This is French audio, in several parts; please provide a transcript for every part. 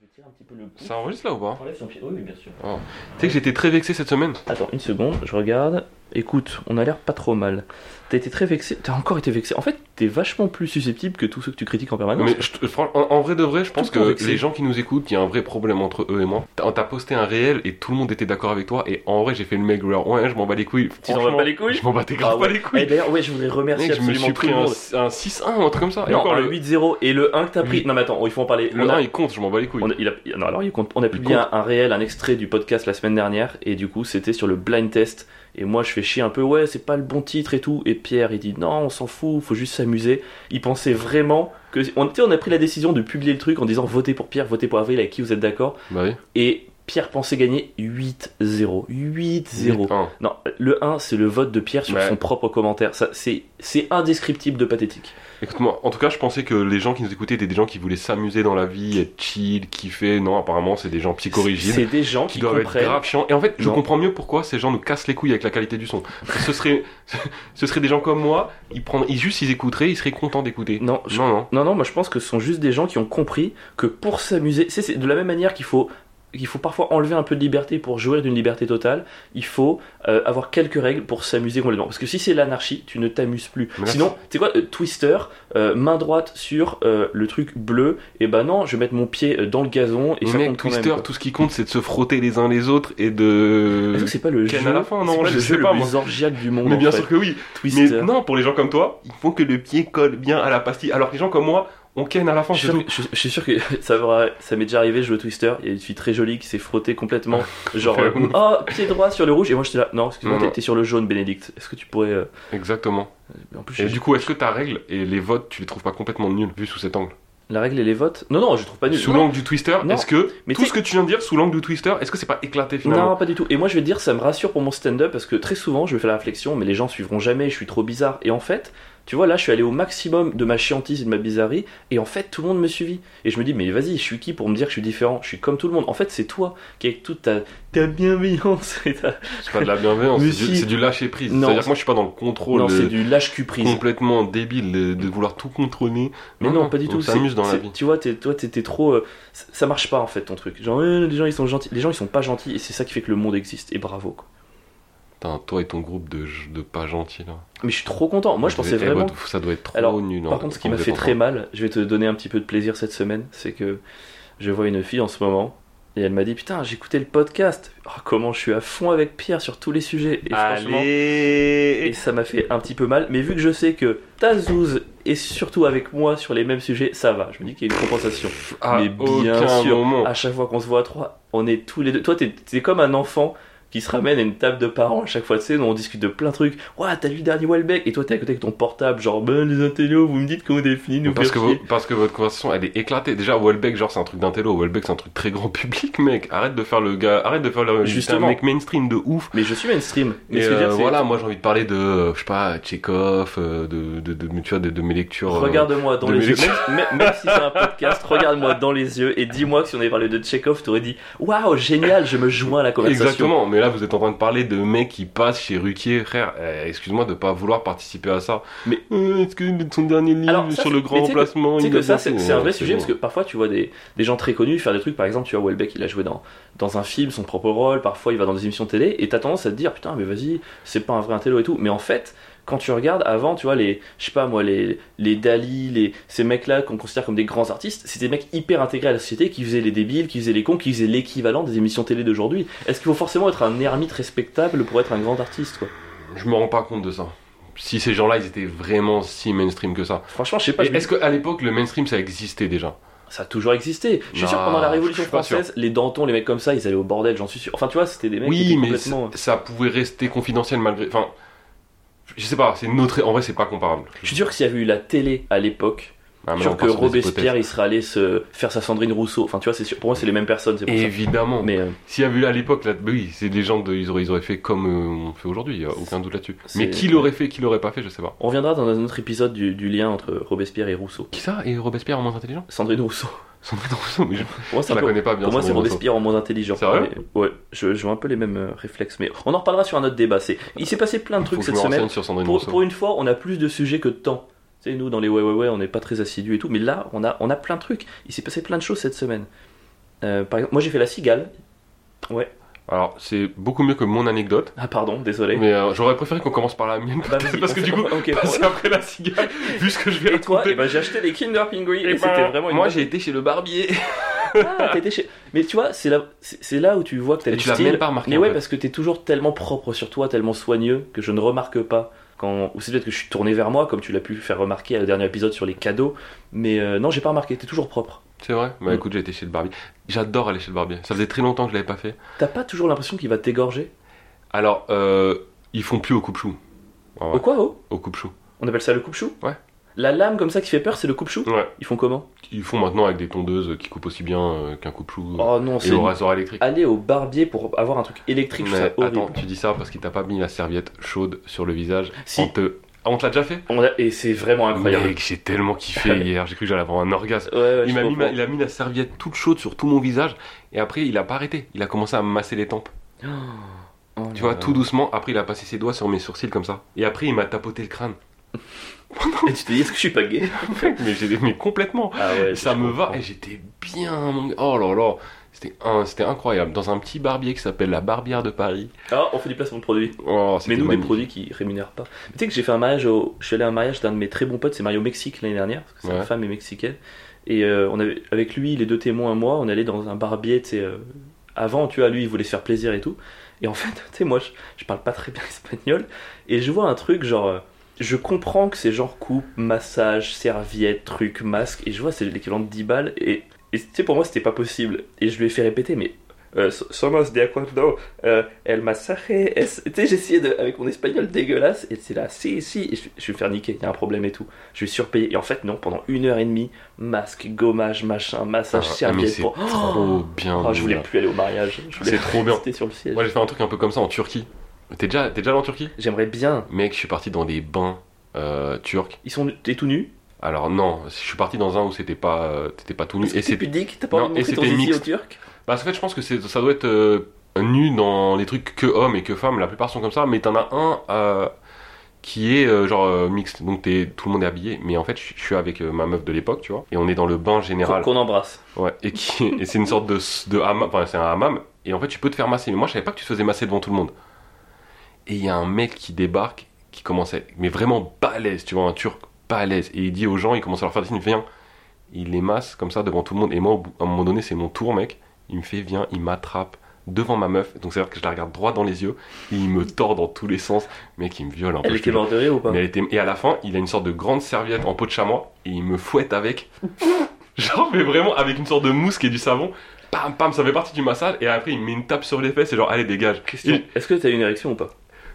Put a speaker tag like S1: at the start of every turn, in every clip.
S1: sentir un petit peu le.
S2: Ça enregistre là ou pas
S1: Enlève son pied. Oui, oui, bien sûr.
S2: Tu sais que j'étais très vexé cette semaine.
S1: Attends, une seconde, je regarde. Écoute, on a l'air pas trop mal. T'as été très vexé. T'as encore été vexé. En fait, t'es vachement plus susceptible que tous ceux que tu critiques en permanence.
S2: Mais je te- fran- en, en vrai de vrai, je pense
S1: Tout le temps
S2: que
S1: vexé.
S2: les gens qui nous écoutent, il y a un vrai problème entre eux et moi. T'as t'as posté un réel et tout le monde était d'accord avec toi. Et en vrai, j'ai fait le mec, genre, ouais, je m'en bats les couilles.
S1: Tu t'en
S2: Franchement,
S1: vas pas les couilles
S2: Je m'en battais grave
S1: Ah ouais.
S2: pas les couilles.
S1: Eh, D'ailleurs, ouais, je voudrais remercier
S2: Mec, je me
S1: absolument
S2: suis
S1: tout
S2: pris
S1: le
S2: un,
S1: monde.
S2: un 6-1 ou un truc comme ça. et
S1: Non,
S2: encore
S1: un
S2: le,
S1: 8-0 et le 1 que t'as pris.
S2: Huit.
S1: Non, mais attends, il faut en parler.
S2: le
S1: on a,
S2: 1 il compte, je m'en bats les couilles.
S1: on a- il a- il- non, alors il compte. On a publié un, un réel, un extrait du podcast la semaine dernière et du coup, c'était sur le blind test. Et moi, je fais chier un peu, ouais, c'est pas le bon titre et tout. Et Pierre, il dit, non, on s'en fout, faut juste s'amuser. Il pensait vraiment que. On, tu sais, on a pris la décision de publier le truc en disant, votez pour Pierre, votez pour Avril, avec qui vous êtes d'accord.
S2: Bah oui.
S1: Et Pierre pensait gagner 8-0. 8-0.
S2: 8-1.
S1: Non, le 1, c'est le vote de Pierre sur
S2: Ouais.
S1: son propre commentaire. Ça, c'est, c'est indescriptible de pathétique.
S2: Écoute-moi, en tout cas, je pensais que les gens qui nous écoutaient étaient des gens qui voulaient s'amuser dans la vie, être chill, kiffer. Non, apparemment, c'est des gens
S1: C'est,
S2: psychorigides.
S1: c'est des gens
S2: qui
S1: qui,
S2: doivent être
S1: comprennent.
S2: grave chiants. Et en fait, je
S1: Non.
S2: comprends mieux pourquoi ces gens nous cassent les couilles avec la qualité du son. Ce serait, ce serait des gens comme moi, ils prendraient, ils juste ils écouteraient, ils seraient contents d'écouter.
S1: Non, je-
S2: Non, non.
S1: non, non, moi je pense que ce sont juste des gens qui ont compris que pour s'amuser, c'est, c'est de la même manière qu'il faut, qu'il faut parfois enlever un peu de liberté pour jouir d'une liberté totale, il faut euh, avoir quelques règles pour s'amuser complètement. Parce que si c'est l'anarchie, tu ne t'amuses plus.
S2: Mais là,
S1: Sinon, tu sais quoi, euh, Twister, euh, main droite sur euh, le truc bleu, et ben non, je vais mettre mon pied euh, dans le gazon et
S2: Les
S1: ça
S2: mecs,
S1: compte quand même,
S2: Twister,
S1: quoi.
S2: tout ce qui compte, c'est de se frotter les uns les autres et de.
S1: Est-ce que c'est pas le jeu,
S2: Ken à la fin, non,
S1: c'est pas
S2: je
S1: le
S2: sais
S1: jeu
S2: pas,
S1: le
S2: moi.
S1: plus orgiaque du monde
S2: Mais
S1: en
S2: bien
S1: fait.
S2: sûr que oui. Mais
S1: Twister.
S2: non, pour les gens comme toi, il faut que le pied colle bien à la pastille. Alors que les gens comme moi, on ken à la fin.
S1: Je suis,
S2: c'est
S1: sûr,
S2: tout.
S1: je- je suis sûr que ça, m'aura- ça m'est déjà arrivé, je joue au Twister, il y a une fille très jolie qui s'est frottée complètement, genre euh, oh pied droit sur le rouge, et moi j'étais là, non excuse-moi
S2: Non, non.
S1: t'es- t'es sur le jaune Bénédicte, est-ce que tu pourrais... euh,
S2: Exactement.
S1: En plus,
S2: Et
S1: je-
S2: du coup, est-ce que ta règle et les votes, tu les trouves pas complètement nuls vu sous cet angle
S1: la règle et les votes Non non je trouve pas nul.
S2: Sous
S1: Non,
S2: l'angle du Twister,
S1: Non.
S2: est-ce que
S1: Mais
S2: tout
S1: t'sais-
S2: ce que tu viens de dire sous l'angle du Twister, est-ce que c'est pas éclaté finalement
S1: Non, pas du tout. Et moi, je vais te dire, ça me rassure pour mon stand-up parce que très souvent, je me fais la réflexion, mais les gens suivront jamais, je suis trop bizarre. Et en fait, tu vois, là, je suis allé au maximum de ma chiantise et de ma bizarrerie, et en fait, tout le monde me suivit. Et je me dis, mais vas-y, je suis qui pour me dire que je suis différent Je suis comme tout le monde. En fait, c'est toi qui, avec toute ta, ta bienveillance et ta.
S2: C'est pas de la bienveillance,
S1: Mais
S2: c'est du-
S1: si.
S2: c'est du, lâcher prise.
S1: Non.
S2: C'est-à-dire que moi je suis pas dans le contrôle
S1: non,
S2: euh,
S1: c'est du lâche-cuprise.
S2: complètement débile de, de vouloir tout contrôler.
S1: Mais non, pas du tout.
S2: On
S1: c'est-
S2: s'amuse dans la
S1: c'est-
S2: vie.
S1: Tu vois, t'es- toi, t'étais trop. euh, ça ça marche pas en fait ton truc. Genre, euh, les gens ils sont gentils. Les gens ils sont pas gentils et c'est ça qui fait que le monde existe. Et bravo quoi.
S2: Putain, toi et ton groupe de, de pas gentils là.
S1: Mais je suis trop content. Moi, je pensais
S2: Eh,
S1: vraiment.
S2: ouais, ça doit être trop
S1: Alors,
S2: nul. hein, en
S1: Par contre, ce qui m'a
S2: vous
S1: fait
S2: êtes
S1: très
S2: ensemble.
S1: mal, je vais te donner un petit peu de plaisir cette semaine, c'est que je vois une fille en ce moment et elle m'a dit Putain, j'écoutais le podcast. Oh, comment je suis à fond avec Pierre sur tous les sujets. Et franchement, et
S2: Allez
S1: ça m'a fait un petit peu mal. Mais vu que je sais que ta zouze est surtout avec moi sur les mêmes sujets, ça va. Je me dis qu'il y a une compensation.
S2: Ah,
S1: mais bien
S2: aucun
S1: sûr.
S2: moment.
S1: À chaque fois qu'on se voit à trois, on est tous les deux. Toi, t'es t'es comme un enfant qui se ramène à une table de parents à chaque fois, tu sais, nous on discute de plein de trucs. Ouah, t'as lu le dernier Welbeck Et toi, t'es à côté avec ton portable, genre, ben les intellos, vous me dites qu'on définit, nous
S2: Parce
S1: faire
S2: que,
S1: chier.
S2: vo- parce que votre conversation elle est éclatée. Déjà, Welbeck, genre c'est un truc d'intello. Welbeck, c'est un truc très grand public, mec. Arrête de faire le gars, arrête de faire le t'es un
S1: Justement.
S2: mec mainstream de ouf.
S1: Mais je suis mainstream. Mais
S2: Et
S1: ce que je veux
S2: euh,
S1: dire, c'est-
S2: voilà, moi j'ai envie de parler de, euh, je sais pas, Tchekhov, euh, de, de, de, mais tu vois, de, de mes lectures. euh,
S1: Regarde-moi dans
S2: de
S1: les
S2: mes
S1: yeux, même, même- même si c'est un podcast, regarde-moi dans les yeux et dis-moi que si on avait parlé de Tchekhov, t'aurais dit Waouh, génial, je me joins à la conversation.
S2: Exactement, mais là vous êtes en train de parler de mecs qui passent chez Ruquier, frère. euh, Excuse-moi de pas vouloir participer à ça.
S1: Mais-
S2: Euh, est-ce que son dernier livre
S1: Alors, ça,
S2: sur le
S1: c'est-
S2: grand
S1: mais tu sais que-
S2: remplacement,
S1: Tu sais
S2: il
S1: que
S2: a
S1: ça,
S2: bien
S1: c'est
S2: fait
S1: c'est un
S2: Ouais,
S1: vrai sujet
S2: bon.
S1: parce que parfois tu vois des, des gens très connus faire des trucs. Par exemple, tu vois Welbeck, il a joué dans, dans un film, son propre rôle. Parfois, il va dans des émissions télé et t'as tendance à te dire putain, mais vas-y, c'est pas un vrai intello et tout. Mais en fait, quand tu regardes avant, tu vois, les, je sais pas moi, les, les Dali, les, ces mecs-là qu'on considère comme des grands artistes, c'est des mecs hyper intégrés à la société qui faisaient les débiles, qui faisaient les cons, qui faisaient l'équivalent des émissions télé d'aujourd'hui. Est-ce qu'il faut forcément être un ermite respectable pour être un grand artiste, quoi
S2: Je me rends pas compte de ça. Si ces gens-là, ils étaient vraiment si mainstream que ça.
S1: Franchement, je sais pas.
S2: Et
S1: je me dis-
S2: Est-ce qu'à l'époque, le mainstream, ça existait déjà
S1: Ça a toujours existé. Je suis
S2: Non,
S1: sûr que pendant la
S2: je
S1: Révolution
S2: suis pas sûr.
S1: française, les Dantons, les mecs comme ça, ils allaient au bordel, j'en suis sûr. Enfin, tu vois, c'était des mecs qui
S2: Oui,
S1: étaient
S2: mais
S1: complètement. euh,
S2: ça, ça pouvait rester confidentiel malgré. Enfin, je sais pas. C'est notre. En vrai, c'est pas comparable.
S1: euh, Je suis sûr que s'il y avait eu la télé à l'époque,
S2: Ah, mais
S1: sûr
S2: on
S1: que
S2: part sur des
S1: Robespierre,
S2: hypothèses.
S1: il serait allé se faire sa Sandrine Rousseau. Enfin, tu vois, c'est sûr. Pour moi, c'est les mêmes personnes, c'est pour ça.
S2: Évidemment.
S1: Mais euh,
S2: S'il y avait eu à l'époque, là, bah oui, c'est des gens, de- ils auraient, ils auraient fait comme euh, on fait aujourd'hui, il n'y a aucun doute là-dessus.
S1: C'est-
S2: Mais qui l'aurait fait, qui l'aurait pas fait, je sais pas.
S1: on reviendra dans un autre épisode du, du lien entre Robespierre et Rousseau.
S2: Qui ça Et Robespierre en moins intelligent
S1: Sandrine Rousseau.
S2: Sandrine Rousseau, mais je,
S1: Pour moi, c'est
S2: je
S1: un
S2: la
S1: peu-
S2: connais pas bien.
S1: Pour moi, c'est
S2: Sandrine Rousseau.
S1: Robespierre en moins intelligent.
S2: Sérieux
S1: Mais, ouais, je, je vois un peu les mêmes euh, réflexes. Mais on en reparlera sur un autre débat. C'est, il s'est passé plein de
S2: Faut
S1: trucs
S2: que je
S1: cette
S2: me
S1: semaine.
S2: renseigne sur Sandrine
S1: pour,
S2: Rousseau.
S1: pour une fois, on a plus de sujets que de temps. Tu sais, nous, dans les ouais, ouais, ouais, on n'est pas très assidus et tout, mais là, on a, on a plein de trucs. Il s'est passé plein de choses cette semaine. Euh, par exemple, moi j'ai fait La Cigale.
S2: Alors, c'est beaucoup mieux que mon anecdote,
S1: Ah, pardon, désolé.
S2: mais euh, j'aurais préféré qu'on commence par la mienne.
S1: Bah, vas-y,
S2: parce
S1: on
S2: que
S1: fait-
S2: du coup,
S1: ok,
S2: passer
S1: on-
S2: après la cigale, vu ce que je vais
S1: Et toi,
S2: raconter.
S1: eh ben, j'ai acheté des Kinder Pinguis et,
S2: Eh ben,
S1: c'était vraiment une
S2: Moi,
S1: bonne-
S2: j'ai été chez le barbier.
S1: Ah, t'étais chez- Mais tu vois, c'est là, c'est c'est là où tu vois que t'as
S2: Et
S1: du
S2: tu l'as
S1: style.
S2: même pas remarqué.
S1: Mais
S2: en
S1: ouais,
S2: fait.
S1: parce que t'es toujours tellement propre sur toi, tellement soigneux, que je ne remarque pas. Quand... Ou c'est peut-être que je suis tourné vers moi, comme tu l'as pu faire remarquer à le dernier épisode sur les cadeaux. Mais euh, non, j'ai pas remarqué, t'es toujours propre.
S2: C'est vrai. Bah
S1: Mm.
S2: écoute, j'ai été chez le barbier. J'adore aller chez le barbier. Ça faisait très longtemps que je l'avais pas fait.
S1: T'as pas toujours l'impression qu'il va t'égorger
S2: Alors, euh, ils font plus au coupe-chou. En
S1: Au
S2: vrai,
S1: quoi, oh
S2: Au coupe-chou.
S1: On appelle ça le coupe-chou
S2: Ouais.
S1: La lame comme ça qui fait peur, c'est le coupe-chou
S2: Ouais.
S1: Ils font comment
S2: Ils font maintenant avec des tondeuses qui coupent aussi bien euh, qu'un coupe-chou euh,
S1: Oh non,
S2: et
S1: c'est.
S2: au rasoir électrique.
S1: Aller au barbier pour avoir un truc électrique, je trouve
S2: Mais
S1: ça horrible.
S2: attends, tu dis ça parce qu'il t'a pas mis la serviette chaude sur le visage.
S1: Si.
S2: On te, Ah, on te l'a déjà fait
S1: On a- Et c'est vraiment incroyable.
S2: Mec, j'ai tellement kiffé hier. J'ai cru que j'allais avoir un orgasme.
S1: Ouais, ouais, je
S2: Il m'a mis,
S1: comprends.
S2: ma- il a mis la serviette toute chaude sur tout mon visage et après il a pas arrêté. Il a commencé à me masser les tempes.
S1: Oh
S2: Tu
S1: là
S2: vois, tout doucement. Après, il a passé ses doigts sur mes sourcils comme ça. Et après, il m'a tapoté le crâne.
S1: là. Et tu t'es dit, est-ce que je suis pas gay
S2: mais, j'ai- mais complètement.
S1: Ah ouais,
S2: ça
S1: je
S2: me va.
S1: comprends.
S2: Et j'étais bien, mon gars. Oh là là. C'était un- c'était incroyable. Dans un petit barbier qui s'appelle la Barbière de Paris.
S1: Ah, on fait du placement de produits.
S2: Oh, c'était
S1: Mais nous, des
S2: magnifique.
S1: produits qui rémunèrent pas. Mais tu sais que j'ai fait un mariage, au- je suis allé à un mariage d'un de mes très bons potes, c'est Mario Mexique l'année dernière, parce que sa
S2: Ouais.
S1: femme est mexicaine. Et euh, on avait, avec lui, les deux témoins, moi, on allait dans un barbier, tu sais. euh, avant, tu vois, lui, il voulait se faire plaisir et tout. Et en fait, tu sais, moi, je, je parle pas très bien espagnol. Et je vois un truc genre. euh, je comprends que c'est genre coupe, massage, serviette, truc, masque. Et je vois, c'est l'équivalent de 10 balles. Et, et tu sais, pour moi, c'était pas possible. Et je lui ai fait répéter, mais. Euh, somos de acuerdo euh, el masaje es... Tu sais, j'essayais de, avec mon espagnol dégueulasse, et c'est là, si, si, et je, je vais me faire niquer, il y a un problème et tout. Je vais surpayer. Et en fait, non, pendant une heure et demie, masque, gommage, machin,
S2: Ah,
S1: massage,
S2: mais
S1: serviette.
S2: c'est
S1: pour-
S2: trop bien.
S1: Oh, je voulais
S2: mon gars.
S1: plus aller au mariage. Je voulais
S2: C'est trop bien.
S1: rester sur le siège.
S2: Moi, j'ai fait un truc un peu comme ça en Turquie. T'es déjà, t'es déjà allé en Turquie
S1: J'aimerais bien.
S2: Mec, je suis parti dans des bains euh, turcs.
S1: Ils sont t'es tout nus.
S2: Alors non, je suis parti dans un où c'était pas, euh, t'étais pas tout nu.
S1: Est-ce que
S2: Et
S1: t'es
S2: c'est
S1: pudique T'as pas
S2: Non,
S1: envie de
S2: et
S1: montrer ton
S2: c'était
S1: zizi aux
S2: mixte.
S1: Turcs
S2: Parce qu'en fait, je pense que c'est- ça doit être euh, nu dans les trucs que hommes et que femmes. La plupart sont comme ça, mais t'en as un euh, qui est euh, genre euh, mixte. Donc t'es- tout le monde est habillé. Mais en fait, je je suis avec euh, ma meuf de l'époque, tu vois. Et on est dans le bain
S1: Qu'on
S2: général.
S1: qu'on embrasse.
S2: Ouais. Et, qui- et c'est une sorte de, s- de hammam. Enfin, c'est un hammam. Et en fait, tu peux te faire masser. Mais moi, je savais pas que tu te faisais masser devant tout le monde. Et il y a un mec qui débarque, qui commence à être- Mais vraiment balèze, tu vois, un turc balèze. Et il dit aux gens, il commence à leur faire des signes, viens. Il les masse comme ça devant tout le monde. Et moi, au bout- à un moment donné, c'est mon tour, mec. Il me fait, viens, il m'attrape devant ma meuf. Donc, c'est-à-dire que je la regarde droit dans les yeux. Et il me tord dans tous les sens. Mec, il me viole un peu.
S1: Elle
S2: je te
S1: était morte de rire ou pas
S2: mais elle était... Et à la fin, il a une sorte de grande serviette en peau de chamois et il me fouette avec. genre, mais vraiment avec une sorte de mousse qui est du savon. Pam, pam, ça fait partie du massage. Et après, il me met une tape sur les fesses et genre, allez, dégage.
S1: Question.
S2: Et-
S1: Est-ce que t'as eu une érection ou pas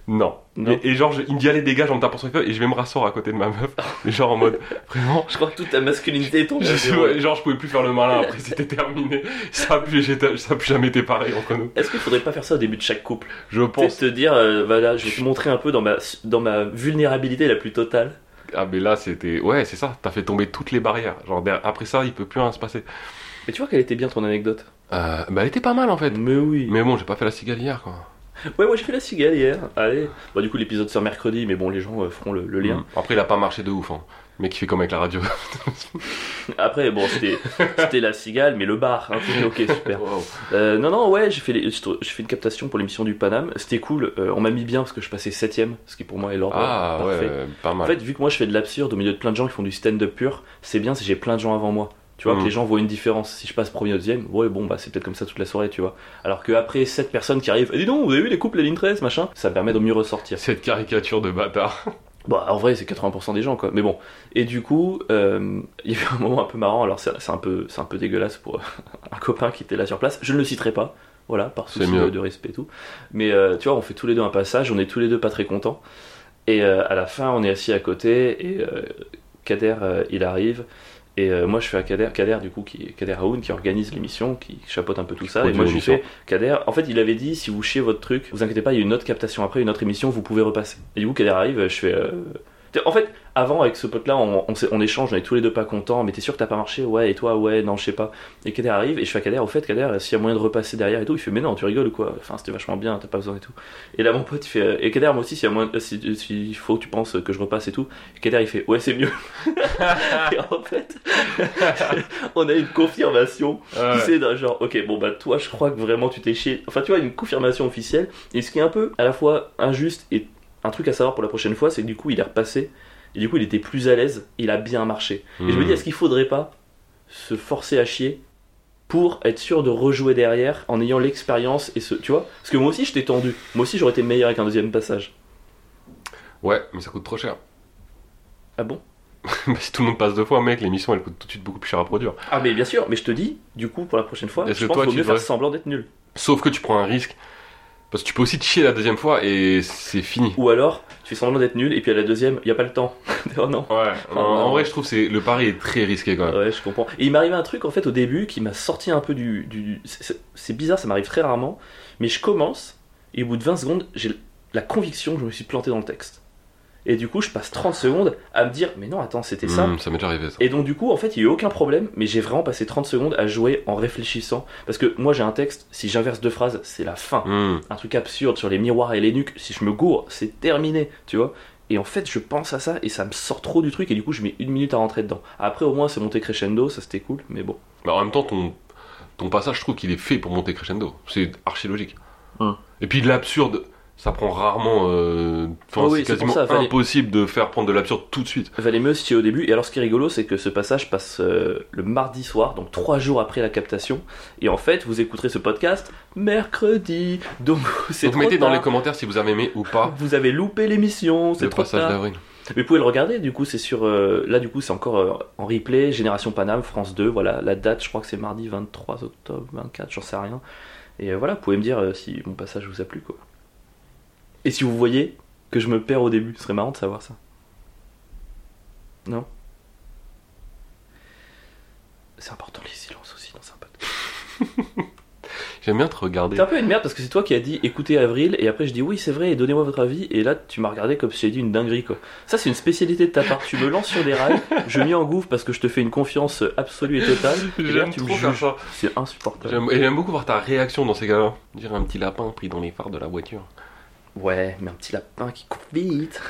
S2: Non.
S1: Non.
S2: Et, et genre, je- il me dit, allez, dégage en me tapant sur les fesses et je vais me rasseoir à côté de ma meuf. Mais genre, en mode, vraiment.
S1: Je crois que toute ta masculinité est tombée.
S2: je
S1: à
S2: sais-
S1: zéro.
S2: ouais, genre, je pouvais plus faire le malin après, c'était terminé. Ça a plus, j'étais- ça a plus jamais été pareil entre nous.
S1: Est-ce qu'il faudrait pas faire ça au début de chaque couple
S2: Je
S1: Peut-être
S2: pense.
S1: te dire, euh, voilà, je vais te montrer un peu dans ma, dans ma vulnérabilité la plus totale.
S2: Ah, mais là, c'était. Ouais, c'est ça, t'as fait tomber toutes les barrières. Genre, derrière- après ça, il peut plus rien se passer.
S1: Mais tu vois qu'elle était bien ton anecdote.
S2: Euh, bah, elle était pas mal en fait.
S1: Mais oui.
S2: Mais bon, j'ai pas fait la cigale hier, quoi.
S1: Ouais, moi j'ai fait la cigale hier. Allez. Bah, du coup, l'épisode sort mercredi, mais bon, les gens euh, feront le, le lien.
S2: Mm. Après, il a pas marché de ouf, hein. Mais qui fait comme avec la radio. Mm.
S1: Après, bon, c'était c'était la cigale, mais le bar. hein. ok, super.
S2: Wow.
S1: Euh, non, non, ouais, j'ai fait, les- j'ai fait une captation pour l'émission du Paname. C'était cool. euh, on m'a mis bien parce que je passais 7ème, ce qui pour moi est l'ordre
S2: Ah ouais,
S1: parfait.
S2: euh, pas
S1: En
S2: mal.
S1: fait, vu que moi je fais de l'absurde au milieu de plein de gens qui font du stand-up pur, c'est bien si j'ai plein de gens avant moi. Tu vois,
S2: Mm.
S1: que les gens voient une différence. Si je passe premier ou deuxième, ouais, bon, bah c'est peut-être comme ça toute la soirée, tu vois. Alors que après 7 personnes qui arrivent, Eh, dis donc, vous avez vu les couples, la ligne 13, machin, ça me permet de mieux ressortir.
S2: Cette caricature de bâtard.
S1: Bah, en vrai, c'est 80% des gens, quoi. Mais bon. Et du coup, euh, il y a eu un moment un peu marrant. Alors, c'est c'est un, peu- c'est un peu dégueulasse pour un copain qui était là sur place. Je ne le citerai pas. Voilà, par
S2: C'est
S1: souci
S2: mieux.
S1: de, de respect et tout. Mais euh, tu vois, on fait tous les deux un passage. On est tous les deux pas très contents. Et euh, à la fin, on est assis à côté. Et euh, Kader, euh, il arrive. Et euh, moi, je fais à Kader, Kader, du coup, qui, Kader Aoun, qui organise l'émission, qui chapeaute un peu tout ça. Et
S2: produit
S1: moi, je lui
S2: l'émission.
S1: fais Kader, en fait, il avait dit si vous chiez votre truc, vous inquiétez pas, il y a une autre captation après, une autre émission, vous pouvez repasser. Et du coup, Kader arrive, je fais. euh, En fait, avant avec ce pote là on, on, s'est- on échange on est tous les deux pas contents mais t'es sûr que t'as pas marché ouais et toi ouais non je sais pas et Kader arrive et je fais à Kader au fait Kader s'il y a moyen de repasser derrière et tout il fait mais non tu rigoles ou quoi enfin c'était vachement bien t'as pas besoin et tout et là mon pote il fait euh, et Kader moi aussi s'il y a moyen si- s'il faut tu penses que je repasse et tout et Kader il fait ouais c'est mieux et en fait on a une confirmation
S2: Ouais.
S1: tu sais, d'un genre, ok, bon bah toi, je crois que vraiment tu t'es chié. Enfin, tu vois, une confirmation officielle. Et ce qui est un peu à la fois injuste et un truc à savoir pour la prochaine fois, c'est que du coup, il est repassé. Et du coup, il était plus à l'aise. Il a bien marché. Et je me dis,
S2: Hmm.
S1: est-ce qu'il faudrait pas se forcer à chier pour être sûr de rejouer derrière en ayant l'expérience et ce. Tu vois Parce que moi aussi, j'étais tendu. Moi aussi, j'aurais été meilleur avec un deuxième passage.
S2: Mm. Ouais, mais ça coûte trop cher.
S1: Ah bon
S2: Bah, si tout le monde passe deux fois, mec, l'émission elle coûte tout de suite beaucoup plus cher à produire.
S1: Ah, mais bien sûr, mais je te dis, du coup, pour la prochaine fois,
S2: Est-ce
S1: je
S2: que
S1: pense
S2: toi,
S1: qu'il vaut
S2: tu
S1: mieux
S2: devrais-
S1: faire semblant d'être nul.
S2: Sauf que tu prends un risque. Parce que tu peux aussi te chier la deuxième fois et c'est fini.
S1: Ou alors, tu fais semblant d'être nul, et puis à la deuxième, il n'y a pas le temps. oh non.
S2: Ouais. En, en
S1: ouais.
S2: vrai, je trouve que c'est- le pari est très risqué quand même.
S1: Ouais, je comprends. Et il m'arrivait un truc en fait au début qui m'a sorti un peu du. du- c'est- c'est- C'est bizarre, ça m'arrive très rarement, mais je commence et au bout de 20 secondes, j'ai la conviction que je me suis planté dans le texte. Et du coup, je passe 30 secondes à me dire, mais non, attends, c'était ça.
S2: Hmm, ça m'est déjà arrivé ça.
S1: Et donc, du coup, en fait, il n'y a eu aucun problème, mais j'ai vraiment passé 30 secondes à jouer en réfléchissant. Parce que moi, j'ai un texte, si j'inverse deux phrases, c'est la fin
S2: Hmm.
S1: un truc absurde sur les miroirs et les nuques, si je me gourre, c'est terminé, tu vois. Et en fait, je pense à ça et ça me sort trop du truc et du coup, je mets une minute à rentrer dedans. Après, au moins, c'est monté crescendo, ça c'était cool, mais bon.
S2: Mais Bah, en même temps, ton, ton passage, je trouve qu'il est fait pour monter crescendo. C'est archi logique.
S1: Ouais.
S2: Et puis de l'absurde, ça prend rarement. euh, Enfin,
S1: Ah oui, c'est pour
S2: c'est quasiment
S1: ça, fallait-
S2: impossible de faire prendre de l'absurde tout de suite.
S1: Valait mieux si au début. Et alors, ce qui est rigolo, c'est que ce passage passe euh, le mardi soir, donc trois jours après la captation. Et en fait, vous écouterez ce podcast mercredi. Donc, c'est
S2: Donc
S1: trop
S2: mettez dans
S1: tard.
S2: les commentaires si vous avez aimé ou pas
S1: Vous avez loupé l'émission, c'est
S2: le
S1: trop
S2: passage
S1: tard.
S2: d'avril.
S1: Mais vous pouvez le regarder, du coup, c'est sur. euh, là, du coup, c'est encore euh, en replay, Génération Paname, France 2. Voilà, la date, je crois que c'est mardi 23 octobre, 24, j'en sais rien. Et euh, voilà, vous pouvez me dire euh, si mon passage vous a plu, quoi. Et si vous voyez que je me perds au début, ce serait marrant de savoir ça. Non C'est important les silences aussi dans un podcast.
S2: J'aime bien te regarder.
S1: C'est un peu une merde parce que c'est toi qui as dit écoutez Avril, et après je dis oui, c'est vrai, et donnez-moi votre avis, et là tu m'as regardé comme si j'avais dit une dinguerie, quoi. Ça, c'est une spécialité de ta part. Tu me lances sur des rails, je m'y engouffre parce que je te fais une confiance absolue et totale. Et là,
S2: J'aime
S1: tu me
S2: trop faire
S1: juges.
S2: ça.
S1: C'est insupportable.
S2: J'aime- Et j'aime beaucoup voir ta réaction dans ces cas-là. On dirait un petit lapin pris dans les phares de la voiture.
S1: Ouais, mais un petit lapin qui coupe vite.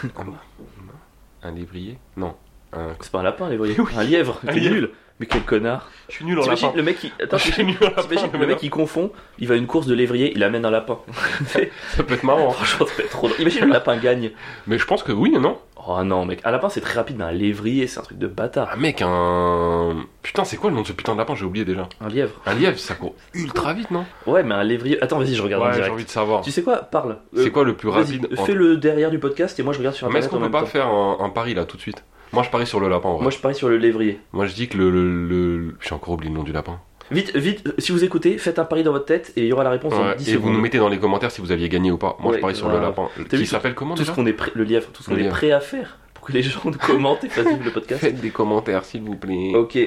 S2: Un lévrier Non. Un...
S1: C'est pas un lapin, les voyez. Un lièvre.
S2: Un
S1: T'es
S2: lièvre.
S1: nul. Mais quel connard.
S2: Je suis nul en
S1: T'imagines
S2: lapin.
S1: le mec qui. Attends,
S2: Je suis nul en
S1: t'imagines
S2: lapin.
S1: le mec qui confond, il va à une course de lévrier, il amène un lapin.
S2: Ça peut être marrant. hein.
S1: Franchement, ça fait trop drôle. Imagine le lapin gagne.
S2: Mais je pense que oui, non
S1: Oh non, mec. Un lapin, c'est très rapide, mais un lévrier, c'est un truc de bâtard.
S2: Ah mec, un... Putain, c'est quoi le nom de ce putain de lapin J'ai oublié déjà.
S1: Un lièvre.
S2: Un lièvre, ça court ultra vite, non
S1: Ouais, mais un lévrier. Attends, vas-y, je regarde en
S2: Ouais, j'ai
S1: direct.
S2: envie de savoir.
S1: Tu sais quoi Parle. Euh,
S2: C'est quoi le plus
S1: vas-y,
S2: rapide en-
S1: Fais le derrière du podcast et moi je regarde sur
S2: Mais est-ce
S1: internet.
S2: qu'on
S1: en
S2: peut
S1: même
S2: pas
S1: temps.
S2: faire un, un pari là tout de suite Moi je parie sur le lapin en vrai.
S1: Moi, je parie sur le lévrier.
S2: Moi je dis que le. le, le- J'ai encore oublié le nom du lapin.
S1: Vite, vite, si vous écoutez, faites un pari dans votre tête et il y aura la réponse en
S2: Ouais,
S1: 10
S2: et vous
S1: secondes.
S2: nous mettez dans les commentaires si vous aviez gagné ou pas. Moi je
S1: Ouais,
S2: parie sur
S1: grave.
S2: le lapin.
S1: T'as vu
S2: Qui
S1: tout-
S2: s'appelle comment
S1: tout ce
S2: déjà
S1: qu'on est prêt, le lièvre, tout ce qu'on
S2: Le
S1: est
S2: lièvre.
S1: prêt à faire pour que les gens nous commentent et fassent vivre le podcast.
S2: Faites des commentaires s'il vous plaît.
S1: ok,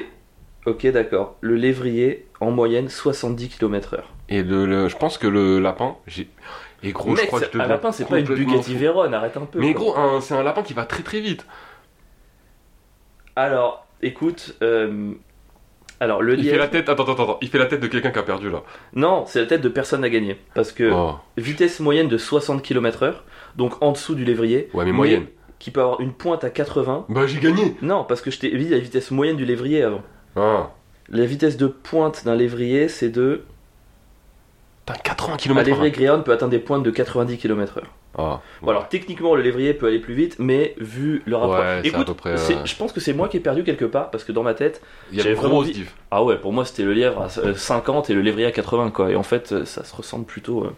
S1: ok, d'accord. Le lévrier, en moyenne, 70 km/h.
S2: Et le, le- je pense que le lapin. j'ai- Et gros, je
S1: Mec,
S2: crois que je
S1: un
S2: deviens
S1: lapin, c'est pas une
S2: complètement
S1: Bugatti
S2: fou.
S1: Veyron, arrête un peu.
S2: Mais
S1: quoi.
S2: gros, un- c'est un lapin qui va très très vite.
S1: Alors, écoute, euh, alors le
S2: Il fait la
S1: lièvre.
S2: tête. Attends, attends, attends. Il fait la tête de quelqu'un qui a perdu là.
S1: Non, c'est la tête de personne à gagner. Parce que
S2: Oh.
S1: vitesse moyenne de 60 km/h, donc en dessous du lévrier,
S2: Ouais, mais moyenne.
S1: qui peut avoir une pointe à 80.
S2: Bah j'ai gagné.
S1: Non, parce que je t'ai dit la vitesse moyenne du lévrier avant.
S2: Ah.
S1: La vitesse de pointe d'un lévrier, c'est de.
S2: Putain, 80
S1: Un
S2: km.
S1: lévrier Greyhound peut atteindre des pointes de 90 km/h.
S2: Ah.
S1: Bon, alors techniquement, le lévrier peut aller plus vite, mais vu le rapport.
S2: Ouais, c'est à peu près,
S1: c'est-
S2: euh,
S1: je pense que c'est moi qui ai perdu quelque part, parce que dans ma tête.
S2: Il y a
S1: j'avais
S2: une
S1: vraiment
S2: grosse
S1: dit-
S2: diff.
S1: Ah ouais, pour moi, c'était le lièvre à euh, 50 et le lévrier à 80, quoi. Et en fait, euh, ça se ressemble plutôt. euh.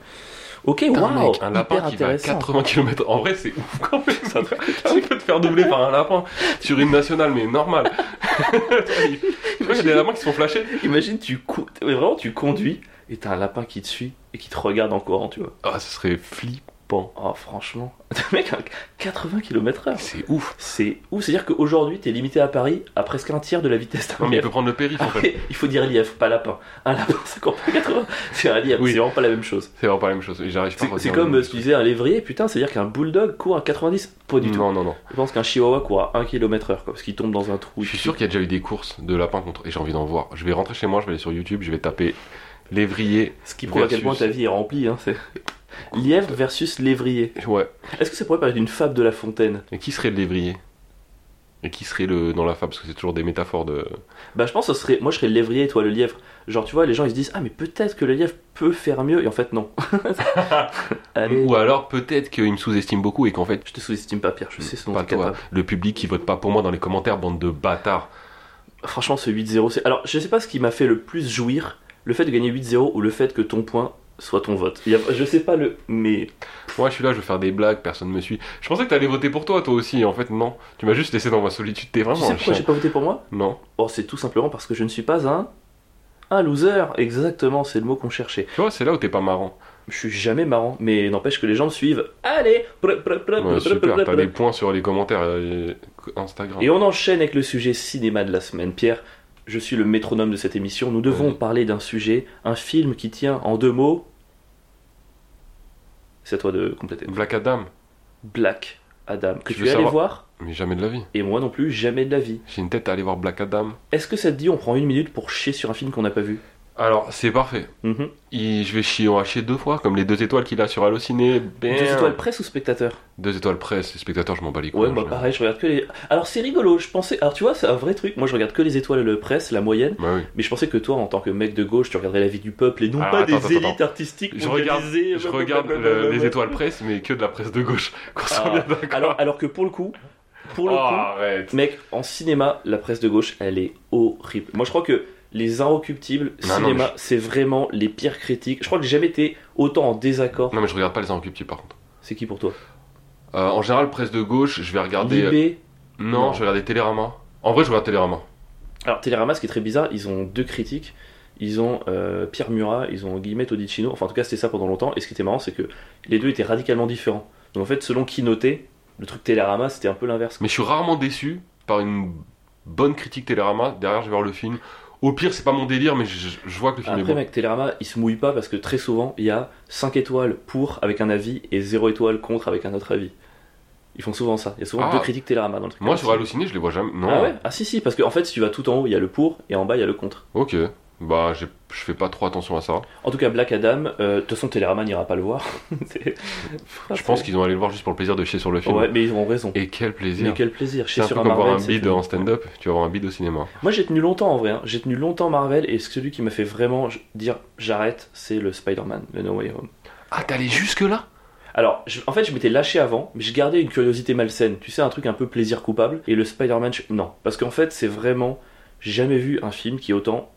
S1: Ok,
S2: Putain,
S1: waouh!
S2: mec, un lapin
S1: hyper
S2: qui va à
S1: intéressant.
S2: 80 km. En vrai, c'est ouf quand même. Ça tu peux te faire doubler par un lapin sur une nationale, mais normal. Tu vois, il y a des lapins qui se font flasher.
S1: Imagine, tu cou- mais vraiment, tu conduis et t'as un lapin qui te suit et qui te regarde en courant, tu vois.
S2: Ah, ce serait flippant. serpent.
S1: Oh, franchement. Le mec, à 80 km/h.
S2: Ah, C'est ouf.
S1: C'est ouf. C'est-à-dire qu'aujourd'hui, t'es limité à Paris à presque un tiers de la vitesse d'un
S2: Non, mais il
S1: lièvre.
S2: peut prendre le périph' en
S1: Ah
S2: fait.
S1: oui, il faut dire lièvre, pas lapin. Un lapin, ça compte pas 80. C'est un lièvre,
S2: Oui.
S1: c'est vraiment pas la même chose.
S2: C'est vraiment pas la même chose. Et J'arrive pas à
S1: C'est c'est
S2: retenir
S1: comme
S2: le
S1: euh, ce que tu disais, un lévrier, putain, c'est-à-dire qu'un bulldog court à 90, pas du tout.
S2: Non, non, non.
S1: Je pense qu'un chihuahua court à 1 km/h, quoi, parce qu'il tombe dans un trou.
S2: Je suis sûr qu'il y a déjà eu des courses de lapins contre. Et j'ai envie d'en voir. Je vais rentrer chez moi, je vais aller sur YouTube, je vais taper lévrier.
S1: Ce qui prouve à quel
S2: versus-
S1: point ta vie est remplie. Hein, c'est- Lièvre versus lévrier.
S2: Ouais.
S1: Est-ce que ça pourrait parler d'une fable de La Fontaine
S2: Et qui serait le lévrier Et qui serait le dans la fable Parce que c'est toujours des métaphores de.
S1: Bah, je pense que ce serait. Moi, je serais le lévrier et toi, le lièvre. Genre, tu vois, les gens, ils se disent Ah, mais peut-être que le lièvre peut faire mieux. Et en fait, non. Allez,
S2: Ou alors peut-être qu'il me sous-estime beaucoup et qu'en fait.
S1: je te sous-estime pas, Pierre, je sais ce dont
S2: Pas
S1: t'es
S2: toi,
S1: capable.
S2: le public qui vote pas pour moi dans les commentaires, bande de bâtards.
S1: Franchement, ce 8-0, c'est. Alors, je sais pas ce qui m'a fait le plus jouir le fait de gagner 8-0 ou le fait que ton point soit ton vote. Il y a- Je sais pas le. Mais.
S2: Moi je suis là, je veux faire des blagues, personne me suit. Je pensais que t'allais voter pour toi, toi aussi, et en fait non. Tu m'as juste laissé dans ma solitude, t'es
S1: Tu
S2: vraiment
S1: sais
S2: un
S1: pourquoi j'ai
S2: chien.
S1: pas voté pour moi
S2: Non.
S1: Oh, c'est tout simplement parce que je ne suis pas un. Un loser, exactement, c'est le mot qu'on cherchait.
S2: Tu vois, c'est là où t'es pas marrant.
S1: Je suis jamais marrant, mais n'empêche que les gens me suivent. Allez prr, prr, prr,
S2: Ouais,
S1: prr,
S2: Euh, super,
S1: prr,
S2: t'as
S1: prr.
S2: des points sur les commentaires euh, Instagram.
S1: Et on enchaîne avec le sujet cinéma de la semaine. Pierre, je suis le métronome de cette émission. Nous devons
S2: Oui.
S1: parler d'un sujet, un film qui tient en deux mots. C'est à toi de compléter.
S2: Black Adam,
S1: Black Adam, que
S2: Tu
S1: tu
S2: veux
S1: es allé
S2: savoir-
S1: voir,
S2: mais jamais de la vie.
S1: et moi non plus, jamais de la vie.
S2: J'ai une tête à aller voir Black Adam.
S1: Est-ce que ça te dit on prend une minute pour chier sur un film qu'on n'a pas vu
S2: Alors, c'est parfait.
S1: Mhm.
S2: Il- je vais chier, on va chier deux fois, comme les deux étoiles qu'il a sur Allociné. Bam.
S1: Deux étoiles presse ou spectateur
S2: Deux étoiles presse, les spectateurs, je m'en bats les couilles.
S1: Ouais,
S2: en
S1: moi
S2: général.
S1: pareil, je regarde que les. Alors c'est rigolo, je pensais. Alors tu vois, c'est un vrai truc. Moi je regarde que les étoiles de presse, la moyenne.
S2: Bah oui.
S1: Mais je pensais que toi, en tant que mec de gauche, tu regarderais la vie du peuple et non
S2: Alors,
S1: pas
S2: attends,
S1: des
S2: attends,
S1: élites
S2: attends.
S1: artistiques.
S2: Je regarde,
S1: organisées,
S2: je regarde le-
S1: blablabla.
S2: les étoiles presse, mais que de la presse de gauche. Qu'on soit
S1: Ah,
S2: bien d'accord.
S1: Alors, alors que pour le coup, pour le
S2: Oh,
S1: coup,
S2: arrête.
S1: mec, en cinéma, la presse de gauche, elle est horrible. Moi je crois que. Les Inrecuptibles,
S2: Non, non,
S1: cinéma,
S2: mais
S1: c'est vraiment les pires critiques. Je crois que j'ai jamais été autant en désaccord.
S2: Non, mais je regarde pas les Inrecuptibles par contre.
S1: C'est qui pour toi
S2: Euh, en général, presse de gauche, je vais regarder. euh,
S1: Libé.
S2: Non,
S1: Non.
S2: je vais regarder Télérama. En vrai, je regarde Télérama.
S1: Alors Télérama, ce qui est très bizarre, ils ont deux critiques. Ils ont euh, Pierre Murat, ils ont Guillemette Odicino. Enfin, en tout cas, c'était ça pendant longtemps. Et ce qui était marrant, c'est que les deux étaient radicalement différents. Donc en fait, selon qui notait, le truc Télérama, c'était un peu l'inverse. quoi.
S2: Mais je suis rarement déçu par une bonne critique Télérama. Derrière, je vais voir le film. Au pire, c'est pas mon délire, mais je, je vois que le film
S1: Après,
S2: est bon.
S1: mec, Télérama, ils se mouillent pas parce que très souvent, il y a 5 étoiles pour avec un avis et 0 étoile contre avec un autre avis. Ils font souvent ça. Il y a souvent
S2: Ah.
S1: deux critiques Télérama dans le truc.
S2: Moi, sur Allociné, je les vois jamais. Non.
S1: Ah ouais Ah si, si, parce que en fait, si tu vas tout en haut, il y a le pour et en bas, il y a le contre.
S2: Ok. Bah, j'ai- je fais pas trop attention à ça.
S1: En tout cas, Black Adam, euh, de toute façon, Télérama n'ira pas le voir. C'est-
S2: je pense qu'ils ont allé le voir juste pour le plaisir de chier sur le film.
S1: Ouais, mais ils ont raison.
S2: Et quel
S1: Mais
S2: plaisir.
S1: quel plaisir,
S2: C'est
S1: chier
S2: un
S1: sur
S2: peu
S1: un
S2: comme
S1: Marvel.
S2: voir un
S1: c'est
S2: bid
S1: fini.
S2: en stand-up. Tu vas voir un bid au cinéma.
S1: Moi j'ai tenu longtemps en vrai, hein. j'ai tenu longtemps Marvel et celui qui m'a fait vraiment j- dire j'arrête, c'est le Spider-Man, le No Way Home.
S2: Ah, t'es allé jusque-là
S1: Alors, je- en fait, je m'étais lâché avant, mais je gardais une curiosité malsaine, tu sais, un truc un peu plaisir coupable. Et le Spider-Man, je- non, parce qu'en fait, c'est vraiment j'ai jamais vu un film qui est autant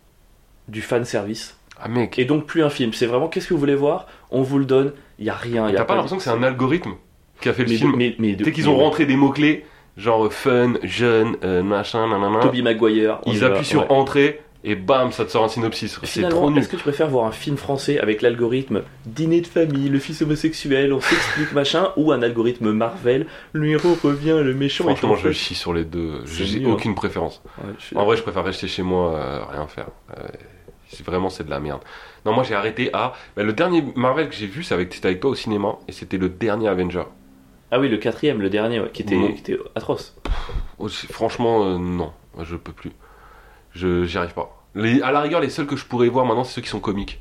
S1: du fan service
S2: Ah, mec.
S1: et donc plus un film. C'est vraiment qu'est-ce que vous voulez voir, on vous le donne, il y a rien, il y a
S2: T'as pas
S1: de-
S2: l'impression que c'est un algorithme qui a fait le
S1: mais,
S2: film
S1: mais, mais de-
S2: Dès qu'ils ont
S1: mais-
S2: rentré des mots-clés, genre euh, fun, jeune, euh, machin, nanana,
S1: Tobey Maguire, on y
S2: ils
S1: va,
S2: appuient sur
S1: ouais.
S2: entrée et bam, ça te sort un synopsis. C'est trop
S1: Finalement,
S2: nul.
S1: est-ce que tu préfères voir un film français avec l'algorithme dîner de famille, le fils homosexuel, on s'explique machin, ou un algorithme Marvel, le héros revient, le méchant est
S2: Franchement,
S1: en
S2: je
S1: fait-
S2: chie sur les deux.
S1: C'est
S2: J'ai
S1: nul, hein.
S2: aucune préférence.
S1: Ouais, je suis
S2: En vrai, je préfère rester chez moi, euh, rien faire. Euh, c'est- vraiment, c'est de la merde. Non, moi j'ai arrêté à. bah, le dernier Marvel que j'ai vu, c'est avec, c'était avec toi au cinéma et c'était le dernier Avenger.
S1: d'accord. Ah oui, le quatrième, le dernier, ouais, qui, était,
S2: Non.
S1: qui était atroce.
S2: Oh, c'est- franchement, euh, non, Moi, je peux plus. Je, j'y arrive pas. Les- à la rigueur, les seuls que je pourrais voir maintenant, c'est ceux qui sont comiques.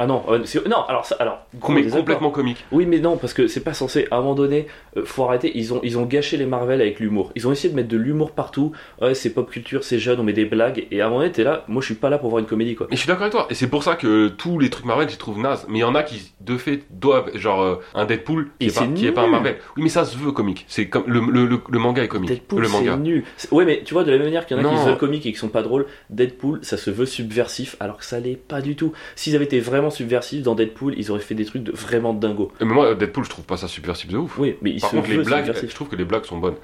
S1: Ah non, euh, c'est- non, alors ça, alors. gros
S2: Mais
S1: désaccord.
S2: complètement comiques.
S1: Oui, mais non, parce que c'est pas censé. À un moment donné, euh, faut arrêter. Ils ont, ils ont gâché les Marvel avec l'humour. Ils ont essayé de mettre de l'humour partout. Ouais, c'est pop culture, c'est jeune, on met des blagues. Et à un moment donné, t'es là. Moi, je suis pas là pour voir une comédie, quoi.
S2: Et je suis d'accord avec toi. Et c'est pour ça que tous les trucs Marvel, je les trouve nazes. Mais il y en a qui, de fait, doivent. Genre, euh, un Deadpool qui
S1: Et
S2: est, pas,
S1: c'est
S2: qui est pas un
S1: nul.
S2: Marvel. Oui, mais ça se veut comique. C'est comme le, le, le- le manga est comique.
S1: Deadpool,
S2: le
S1: c'est
S2: manga.
S1: nul. C'est- Ouais, mais tu vois, de la même manière qu'il y en a qui
S2: Non.
S1: se veulent comiques et qui sont pas drôles, Deadpool, ça se veut subversif, alors que ça l'est pas du tout. S'ils avaient été vraiment subversifs dans Deadpool, ils auraient fait des trucs de vraiment dingo.
S2: Euh, Mais moi, Deadpool, je trouve pas ça subversif de ouf.
S1: Oui, mais ils
S2: par
S1: se
S2: contre, les
S1: veulent
S2: blagues,
S1: subversifs.
S2: je trouve que les blagues sont bonnes.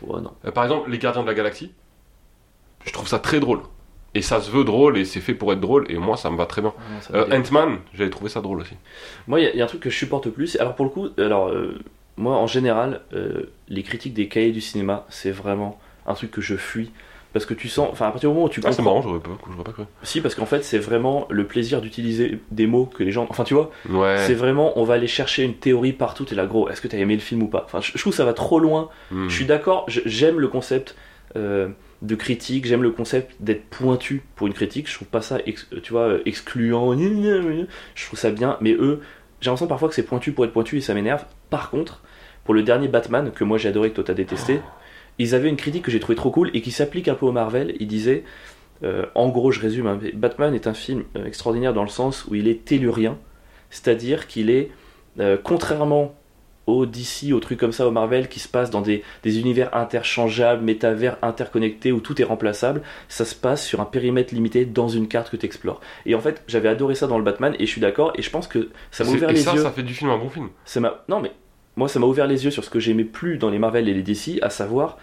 S1: Ouais, non.
S2: Euh, par exemple, les Gardiens de la Galaxie, je trouve ça très drôle. Et ça se veut drôle et c'est fait pour être drôle et moi ça me va très bien.
S1: Non, ça va
S2: Euh,
S1: être-
S2: Ant-Man, j'avais trouvé ça drôle aussi.
S1: Moi, il y a- il y, a un truc que je supporte plus. Alors, pour le coup, alors, euh, moi, en général, euh, les critiques des cahiers du cinéma, c'est vraiment un truc que je fuis. Parce que tu sens. Enfin, à partir du moment où tu
S2: Ah, c'est
S1: comprends-
S2: marrant, j'aurais pas, j'aurais pas cru.
S1: Si, parce qu'en fait, c'est vraiment le plaisir d'utiliser des mots que les gens. Enfin, tu vois, c'est
S2: Ouais.
S1: vraiment. On va aller chercher une théorie partout. T'es là, gros, est-ce que t'as aimé le film ou pas Enfin, je, je trouve que ça va trop loin.
S2: Hmm.
S1: Je suis d'accord, je- j'aime le concept euh, de critique, j'aime le concept d'être pointu pour une critique. Je trouve pas ça, ex- euh, tu vois, euh, excluant. gna gna gna. Je trouve ça bien, mais eux, j'ai l'impression parfois que c'est pointu pour être pointu et ça m'énerve. Par contre, pour le dernier Batman que moi j'ai adoré, que toi t'as détesté, ils avaient une critique que j'ai trouvé trop cool et qui s'applique un peu au Marvel. Ils disaient, euh, en gros, je résume, hein, mais Batman est un film euh, extraordinaire dans le sens où il est tellurien, c'est-à-dire qu'il est, euh, contrairement au DC, aux trucs comme ça, au Marvel, qui se passe dans des, des univers interchangeables, métavers interconnectés, où tout est remplaçable, ça se passe sur un périmètre limité dans une carte que tu explores. Et en fait, j'avais adoré ça dans le Batman, et je suis d'accord, et je pense que ça m'a
S2: C'est-
S1: ouvert
S2: et
S1: les
S2: ça,
S1: yeux.
S2: ça fait du film un bon film.
S1: Ça m'a. Non, mais moi, ça m'a ouvert les yeux sur ce que j'aimais plus dans les Marvel et les DC, à savoir,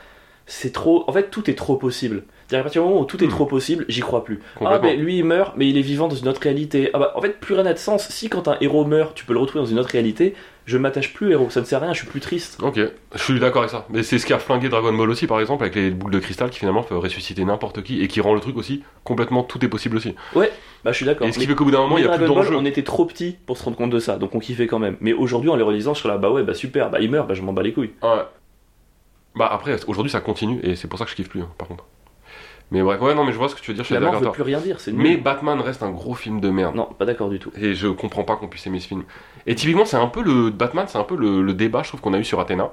S1: c'est trop. En fait, tout est trop possible. C'est-à-dire, à partir du moment où tout est
S2: Hmm.
S1: trop possible, j'y crois plus. Ah,
S2: Complètement.
S1: mais lui, il meurt, mais il est vivant dans une autre réalité. Ah, bah, en fait, plus rien n'a de sens. Si quand un héros meurt, tu peux le retrouver dans une autre réalité, je m'attache plus au héros. Ça ne sert à rien, je suis plus triste.
S2: Ok, je suis d'accord avec ça. Mais c'est ce qui a flingué Dragon Ball aussi, par exemple, avec les boules de cristal qui finalement peuvent ressusciter n'importe qui et qui rend le truc aussi complètement tout est possible aussi.
S1: Bah, je suis d'accord.
S2: Et ce
S1: Mais-
S2: qui fait qu'au bout d'un moment,
S1: mais
S2: il y a plus
S1: Dragon Ball,
S2: d'enjeu.
S1: on était trop petits pour se rendre compte de ça, donc on kiffait quand même. Mais aujourd'hui, en les relisant, je suis là, bah ouais, bah super, bah il meurt, bah je m'en bats les couilles.
S2: Ah Ouais. Bah après, aujourd'hui, ça continue et c'est pour ça que je kiffe plus, hein, par contre. Mais bref, ouais, non, mais je vois ce que tu veux dire, je suis
S1: La
S2: d'accord
S1: mort
S2: avec
S1: veut
S2: toi.
S1: plus rien dire, c'est nul.
S2: Mais Batman reste un gros film de merde.
S1: Non, pas d'accord du tout.
S2: Et je comprends pas qu'on puisse aimer ce film. Et typiquement, c'est un peu le Batman, c'est un peu le, le débat, je trouve, qu'on a eu sur Athéna.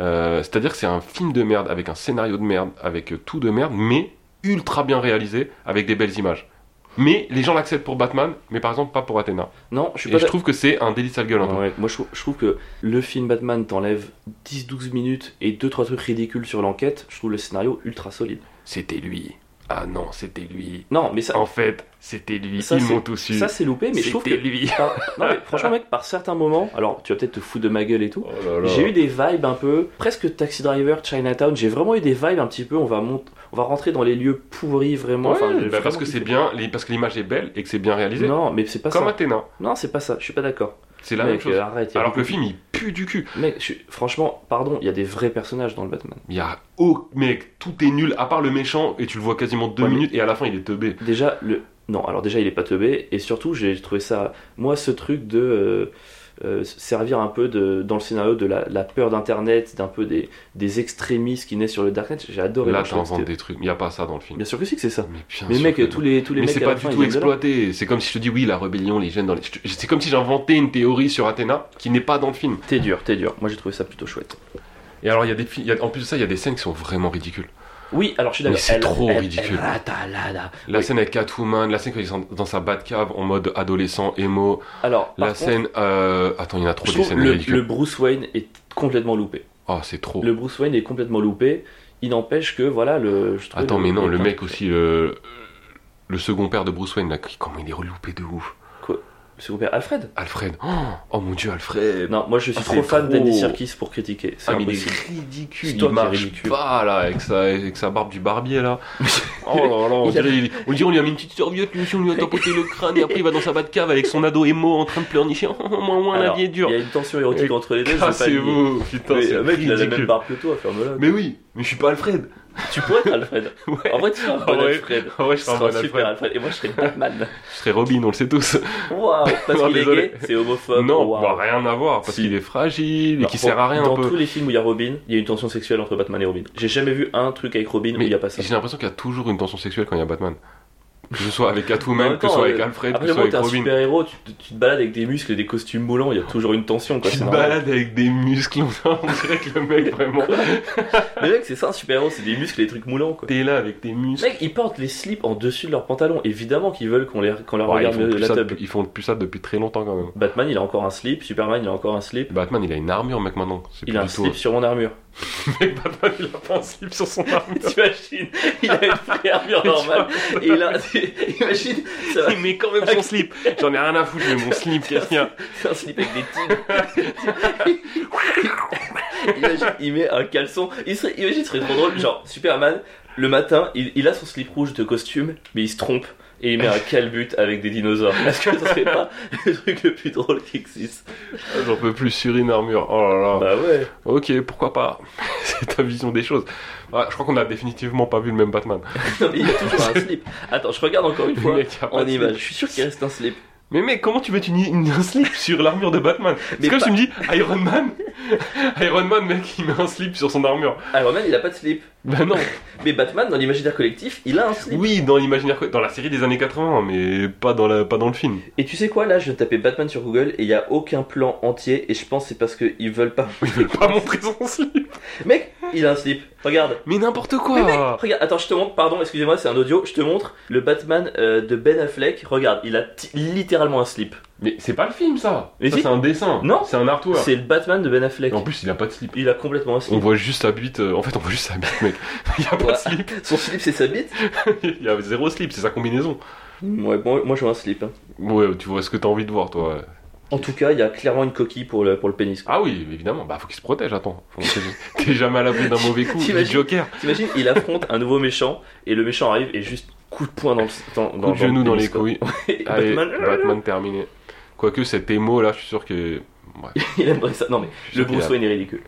S2: Euh, C'est-à-dire que c'est un film de merde, avec un scénario de merde, avec euh, tout de merde, mais ultra bien réalisé, avec des belles images. Mais les gens l'acceptent pour Batman, mais par exemple pas pour Athéna.
S1: Non, je suis
S2: Et
S1: pas
S2: je
S1: d'ac-
S2: trouve que c'est un délit de sale gueule un peu.
S1: Ouais, moi je, trou- je trouve que le film Batman t'enlève 10-12 minutes et 2-3 trucs ridicules sur l'enquête, je trouve le scénario ultra solide.
S2: C'était lui. Ah non, c'était lui.
S1: Non, mais ça,
S2: En fait, c'était lui.
S1: Ça,
S2: Ils
S1: c'est-
S2: m'ont tous su.
S1: ça c'est loupé, mais je trouve que.
S2: Ah, C'était lui.
S1: par- non, mais franchement, mec, par certains moments, alors tu vas peut-être te foutre de ma gueule et tout,
S2: Oh là là.
S1: J'ai eu des vibes un peu presque Taxi Driver, Chinatown. J'ai vraiment eu des vibes un petit peu. On va mont- on va rentrer dans les lieux pourris vraiment.
S2: Ouais,
S1: Enfin,
S2: bah
S1: j'ai
S2: parce
S1: vraiment
S2: que c'est
S1: kiffé.
S2: bien, les- parce que l'image est belle et que c'est bien réalisé.
S1: Non, mais c'est pas
S2: Comme
S1: ça.
S2: Athéna.
S1: Non, c'est pas ça. Je suis pas d'accord.
S2: C'est la
S1: Mec,
S2: même chose.
S1: euh, arrête. y a
S2: Alors que le
S1: beaucoup-
S2: film il pue du cul.
S1: Mec, je suis- franchement, pardon, il y a des vrais personnages dans le Batman.
S2: Il y a oh mec, tout est nul à part le méchant et tu le vois quasiment deux
S1: Ouais, mais-
S2: minutes et à la fin il est teubé.
S1: Déjà le. Non, alors déjà il est pas teubé et surtout j'ai trouvé ça. Moi, ce truc de euh, euh, servir un peu de, dans le scénario de la, la peur d'internet, d'un peu des, des extrémistes qui naissent sur le darknet, j'ai adoré.
S2: Là
S1: Moi, je trouvais que
S2: t'inventes
S1: c'était-
S2: des trucs, il y a pas ça dans le film.
S1: Bien sûr que si que c'est ça.
S2: Mais bien
S1: Mais
S2: sûr
S1: mec,
S2: que non.
S1: tous les tous les
S2: mais
S1: mecs
S2: c'est
S1: à la
S2: pas du
S1: fin, ils
S2: tout
S1: viennent de là.
S2: exploité. C'est comme si je te dis oui la rébellion, les jeunes dans les. je te- C'est comme si j'inventais une théorie sur Athéna qui n'est pas dans le film.
S1: T'es dur, t'es dur. Moi j'ai trouvé ça plutôt chouette.
S2: Et alors il y a des fi- il y a- en plus de ça il y a des scènes qui sont vraiment ridicules.
S1: Oui, alors je suis d'accord.
S2: Mais c'est
S1: Elle-
S2: trop
S1: elle-
S2: ridicule.
S1: elle- ratalada.
S2: La
S1: Oui.
S2: scène avec Catwoman, la scène quand ils sont dans sa Batcave en mode adolescent émo,
S1: Alors, par
S2: la
S1: contre,
S2: scène euh, attends il y en a trop
S1: je
S2: des
S1: trouve
S2: scènes
S1: le,
S2: ridicules.
S1: le Bruce Wayne est complètement loupé.
S2: Oh c'est trop.
S1: Le Bruce Wayne est complètement loupé. Il n'empêche que voilà le. je trouvais
S2: Ah, Attends,
S1: le-
S2: mais non, le
S1: le-
S2: mec aussi, euh, le second père de Bruce Wayne, là, qui- comment il est reloupé de ouf.
S1: C'est mon père Alfred.
S2: Alfred, oh, oh mon dieu, Alfred.
S1: Non, moi je suis
S2: Ah,
S1: trop
S2: c'est
S1: fan
S2: trop-
S1: d'Andy Serkis pour critiquer. C'est
S2: Ah, mais il
S1: impossible.
S2: est ridicule,
S1: C'est
S2: il
S1: toi qui es
S2: marche
S1: ridicule.
S2: pas là, avec sa, avec sa barbe du barbier là. Oh là là, on
S1: Il a-
S2: dirait, il- on dirait on lui a mis une petite serviette, lui aussi on lui a tapoté le crâne et après il va dans sa bas de cave avec son ado émo en train de pleurnicher. Oh, moins, moins, la
S1: Alors,
S2: vie est dure.
S1: Il y a une tension érotique
S2: Et
S1: entre les deux. je veux pas le nier.
S2: Cassez-vous, putain,
S1: Mais,
S2: c'est
S1: euh, mec, il a la même
S2: ridicule.
S1: barbe que toi, ferme-la.
S2: Mais oui, mais je suis pas Alfred.
S1: Tu pourrais être Alfred.
S2: Ouais,
S1: En vrai, tu serais un
S2: Ah
S1: bon
S2: ouais.
S1: Alfred.
S2: Ah
S1: Tu
S2: ouais, je suis un
S1: serais
S2: bon
S1: un super
S2: Alfred.
S1: Alfred. Et moi, je serais Batman.
S2: Je serais Robin, on le sait tous.
S1: Waouh, parce
S2: Non,
S1: qu'il est
S2: désolé.
S1: gay, c'est homophobe.
S2: non,
S1: waouh.
S2: bah, rien à voir, parce
S1: Si.
S2: qu'il est fragile et
S1: Alors,
S2: qui sert à rien
S1: Dans
S2: un peu.
S1: tous les films où il y a Robin, il y a une tension sexuelle entre Batman et Robin. J'ai jamais vu un truc avec Robin où
S2: Mais
S1: il n'y a pas ça.
S2: J'ai l'impression qu'il y a toujours une tension sexuelle quand il y a Batman. Que ce soit avec
S1: En
S2: Catwoman,
S1: même
S2: que
S1: temps,
S2: ce soit avec
S1: euh,
S2: Alfred, que
S1: Après
S2: ce
S1: le
S2: soit
S1: moment où
S2: avec
S1: t'es un super
S2: Robin.
S1: héros, tu, te- tu te balades avec des muscles et des costumes moulants, il y a toujours une tension quoi.
S2: Tu
S1: c'est
S2: te
S1: normal.
S2: balades avec des muscles, on dirait que le mec vraiment.
S1: Mais mec, c'est ça un super héros, c'est des muscles et des trucs moulants quoi.
S2: T'es là avec des muscles.
S1: Mec, ils portent les slips en dessus de leurs pantalons. Évidemment qu'ils veulent qu'on les, qu'on leur
S2: Ouais, ils,
S1: regarde
S2: font plus
S1: la
S2: ça
S1: table.
S2: depuis- ils font plus ça depuis très longtemps quand même.
S1: Batman, il a encore un slip. Superman, il a encore un slip.
S2: Batman, il a une armure, mec, maintenant. C'est
S1: Il
S2: plus
S1: a un
S2: du tout-
S1: slip sur mon armure.
S2: Mec, Batman, il a pas un slip sur son armure.
S1: T'imagines Il a une vraie armure normale. Et il a. Imagine, ça va
S2: Il met quand même son slip. J'en ai rien à foutre, je mets mon slip, qu'est-ce qu'il y a
S1: C'est un slip avec des tigres. imagine, il met un caleçon. Il serait, imagine, ce serait trop drôle. Genre, Superman, le matin, il, il a son slip rouge de costume, mais il se trompe et il met un calbut avec des dinosaures. Est-ce que ça serait pas le truc le plus drôle qui existe
S2: J'en peux plus sur une armure. Oh là là.
S1: Bah ouais.
S2: Ok, pourquoi pas C'est ta vision des choses. Ah, je crois qu'on a définitivement pas vu le même Batman.
S1: Non, mais il y a toujours un slip. Attends, je regarde encore une
S2: Le
S1: fois
S2: mec, il a pas
S1: en
S2: de
S1: image.
S2: slip.
S1: Je suis sûr qu'il reste un slip.
S2: Mais mec, comment tu mets une, une- un slip sur l'armure de Batman
S1: Mais
S2: C'est comme
S1: pas-
S2: tu me dis Iron Man. Iron Man, mec, il met un slip sur son armure.
S1: Iron Man, il a pas de slip.
S2: Bah non.
S1: Mais Batman, dans l'imaginaire collectif, il a un slip.
S2: Oui, dans l'imaginaire, dans la série des années 80, mais pas dans, la, pas dans le film.
S1: Et tu sais quoi, là, je tapais Batman sur Google et il y a aucun plan entier. Et je pense que c'est parce qu'ils veulent pas.
S2: Ils veulent pas montrer son slip.
S1: Mec, il a un slip. Regarde.
S2: Mais n'importe
S1: Mais mec,
S2: quoi.
S1: regarde, attends, je te montre, pardon, excusez-moi, c'est un audio, je te montre le Batman euh, de Ben Affleck, regarde, il a ti- littéralement un slip.
S2: Mais c'est pas le film ça.
S1: Mais
S2: ça
S1: si.
S2: c'est un dessin.
S1: Non.
S2: C'est un artwork.
S1: C'est le Batman de Ben Affleck.
S2: En plus, il a pas de slip.
S1: Il a complètement un
S2: On
S1: slip.
S2: voit juste sa bite. euh, En fait, on voit juste sa bite, mec. Il y a pas de
S1: Voilà.
S2: slip.
S1: Son slip, c'est sa bite
S2: Il y a zéro slip. C'est sa combinaison.
S1: Ouais, bon, moi je vois un slip. hein.
S2: Ouais, tu vois ce que t'as envie de voir, toi. ouais.
S1: En tout cas, il y a clairement une coquille pour le, pour le pénis. quoi.
S2: Ah oui, évidemment. Bah, faut qu'il se protège. Attends. Faut- T'es t'es jamais à l'abri d'un mauvais coup. Le
S1: T'imagines-
S2: Joker.
S1: T'imagines, il affronte un nouveau méchant, et le méchant arrive et juste coup de poing dans le. Dans, dans,
S2: Coup de genou
S1: le
S2: dans
S1: pénis,
S2: les
S1: quoi.
S2: couilles.
S1: Et
S2: Allez,
S1: Batman,
S2: Batman terminé. Quoique cet émo là, je suis sûr que
S1: il aimerait ça. Non mais,
S2: je suis
S1: le
S2: sûr qu'il
S1: Bruce
S2: a-
S1: Wayne est ridicule.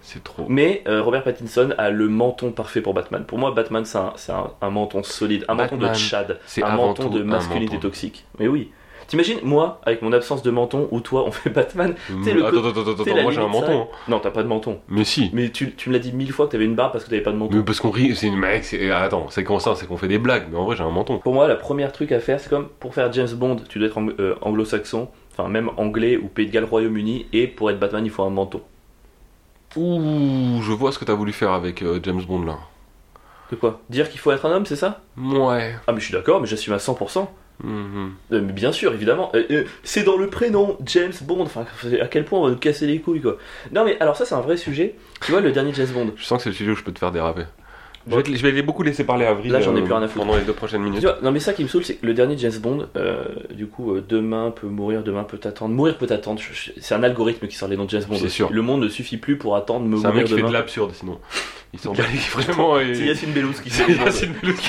S2: c'est trop.
S1: Mais euh, Robert Pattinson a le menton parfait pour Batman. Pour moi, Batman, c'est un, c'est un- un menton solide, un menton de
S2: Batman,
S1: Chad,
S2: c'est
S1: un
S2: avant
S1: menton
S2: tout
S1: de
S2: un
S1: masculinité
S2: menton.
S1: toxique. Mais oui. T'imagines, moi, avec mon absence de menton, ou toi, on fait Batman sais, le
S2: attends, attends, attends,
S1: t'sais, la
S2: moi j'ai un
S1: limite, ça-
S2: menton. hein.
S1: Non, t'as pas de menton.
S2: Mais si.
S1: Mais tu, tu me l'as dit mille fois que t'avais une barbe parce que t'avais pas de menton.
S2: Mais parce qu'on rit, c'est mec, c'est ah, attends, c'est quand ça, c'est qu'on fait des blagues, mais en vrai j'ai un menton.
S1: Pour moi, la première truc à faire, c'est comme pour faire James Bond, tu dois être ang- euh, anglo-saxon, enfin même anglais ou pays de Galles, Royaume-Uni, et pour être Batman, il faut un menton.
S2: Ouh, je vois ce que t'as voulu faire avec euh, James Bond là.
S1: De quoi Dire qu'il faut être un homme, c'est ça
S2: Ouais.
S1: Ah, mais je suis d'accord, mais j'assume à 100%.
S2: Mhm.
S1: Euh, mais bien sûr, évidemment. Euh, euh, c'est dans le prénom, James Bond. Enfin, à quel point on va nous casser les couilles, quoi. Non, mais alors ça, c'est un vrai sujet. Tu vois, le dernier James Bond.
S2: Je sens que c'est le sujet où je peux te faire déraper. Je
S1: Bon.
S2: vais, te- je vais les beaucoup laisser parler à Avril.
S1: Là, j'en ai
S2: euh,
S1: plus rien à foutre.
S2: Pendant les deux prochaines
S1: Tu
S2: minutes.
S1: vois, non, mais ça qui me saoule, c'est que le dernier James Bond, euh, du coup, euh, demain peut mourir, demain peut attendre. Mourir peut attendre. je- je- C'est un algorithme qui sort les noms de James Bond.
S2: C'est
S1: aussi.
S2: sûr.
S1: Le monde ne suffit plus pour attendre
S2: C'est un
S1: mourir
S2: mec qui fait
S1: demain.
S2: de l'absurde sinon. Il s'en bat les- vraiment. et-
S1: C'est Yacine Bellouz qui
S2: C'est
S1: fait James Bond.
S2: Yacine Bellouz qui-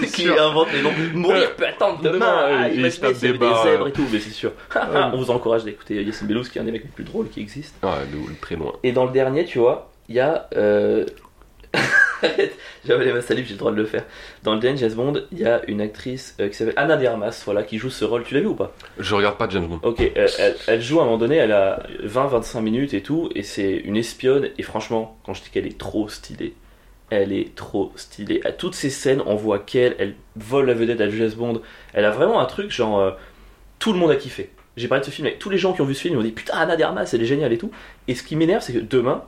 S1: C'est qui
S2: sûr.
S1: invente les noms. Mourir peut attendre demain.
S2: Demain,
S1: ah,
S2: et- et il
S1: imaginez
S2: se tape
S1: s'il y avait
S2: des barres,
S1: des
S2: euh.
S1: zèbres et tout, mais c'est sûr. Ah, On vous encourage d'écouter Yacine Bellouz, qui est un des mecs les plus drôles qui existe.
S2: Ah, de très loin.
S1: Et dans le dernier, tu vois, il y a. Euh... Arrête, j'avais ma salive, j'ai le droit de le faire. Dans le dernier James Bond, il y a une actrice euh, qui s'appelle Anna de Armas, voilà, qui joue ce rôle. Tu l'as vu ou pas
S2: Je regarde pas James Bond.
S1: Ok, euh, elle, elle joue à un moment donné, elle a 20-25 minutes et tout, et c'est une espionne. Et franchement, quand je dis qu'elle est trop stylée, elle est trop stylée. À toutes ces scènes, on voit qu'elle, elle vole la vedette à James Bond. Elle a vraiment un truc genre. euh, tout le monde a kiffé. J'ai parlé de ce film avec tous les gens qui ont vu ce film, ils m'ont dit putain, Anna Dermas, elle est géniale et tout. Et ce qui m'énerve, c'est que demain,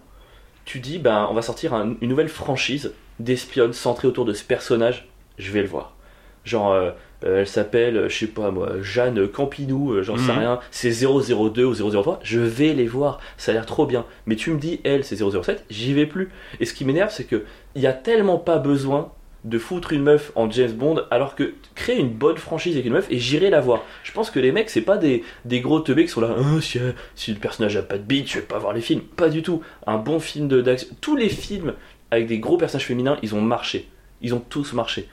S1: tu dis, ben, on va sortir un- une nouvelle franchise d'espionnes centrée autour de ce personnage, je vais le voir. Genre, euh, euh, elle s'appelle, euh, je sais pas moi, Jeanne Campinou, euh, j'en sais
S2: Mhm.
S1: rien, c'est 002 ou 003, je vais les voir, ça a l'air trop bien. Mais tu me dis, elle, c'est 007, j'y vais plus. Et ce qui m'énerve, c'est que il y a tellement pas besoin de foutre une meuf en James Bond alors que créer une bonne franchise avec une meuf et j'irai la voir. Je pense que les mecs, c'est pas des, des gros teubés qui sont là, Ah, si, euh, si le personnage a pas de bite, je vais pas voir les films. Pas du tout. Un bon film de d'action. Tous les films avec des gros personnages féminins, ils ont marché. Ils ont tous marché.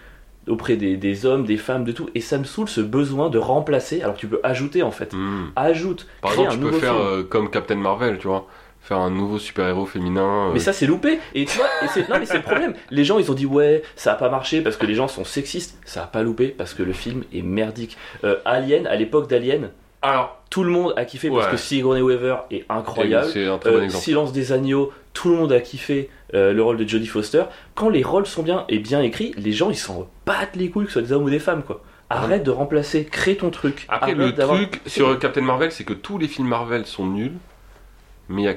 S1: Auprès des, des hommes, des femmes, de tout. Et ça me saoule ce besoin de remplacer alors que tu peux ajouter en fait.
S2: Mhm.
S1: Ajoute.
S2: Par
S1: crée
S2: exemple,
S1: un
S2: tu
S1: nouveau
S2: peux faire
S1: film.
S2: euh, comme Captain Marvel, tu vois. Faire un nouveau super-héros féminin. euh,
S1: Mais ça c'est loupé et tu vois et c'est non mais c'est le problème. Les gens ils ont dit ouais ça a pas marché parce que les gens sont sexistes. Ça a pas loupé parce que le film est merdique. Euh, Alien à l'époque d'Alien
S2: Alors,
S1: tout le monde a kiffé parce
S2: Ouais.
S1: que Sigourney Weaver est incroyable.
S2: c'est un très
S1: Euh,
S2: bon exemple.
S1: Silence des agneaux tout le monde a kiffé euh, le rôle de Jodie Foster. Quand les rôles sont bien et bien écrits les gens ils s'en battent les couilles que ce soit des hommes ou des femmes quoi. Arrête de remplacer, crée ton truc.
S2: Après,
S1: Arrête
S2: le
S1: d'avoir-
S2: truc sur Captain Marvel, c'est que tous les films Marvel sont nuls, mais il y a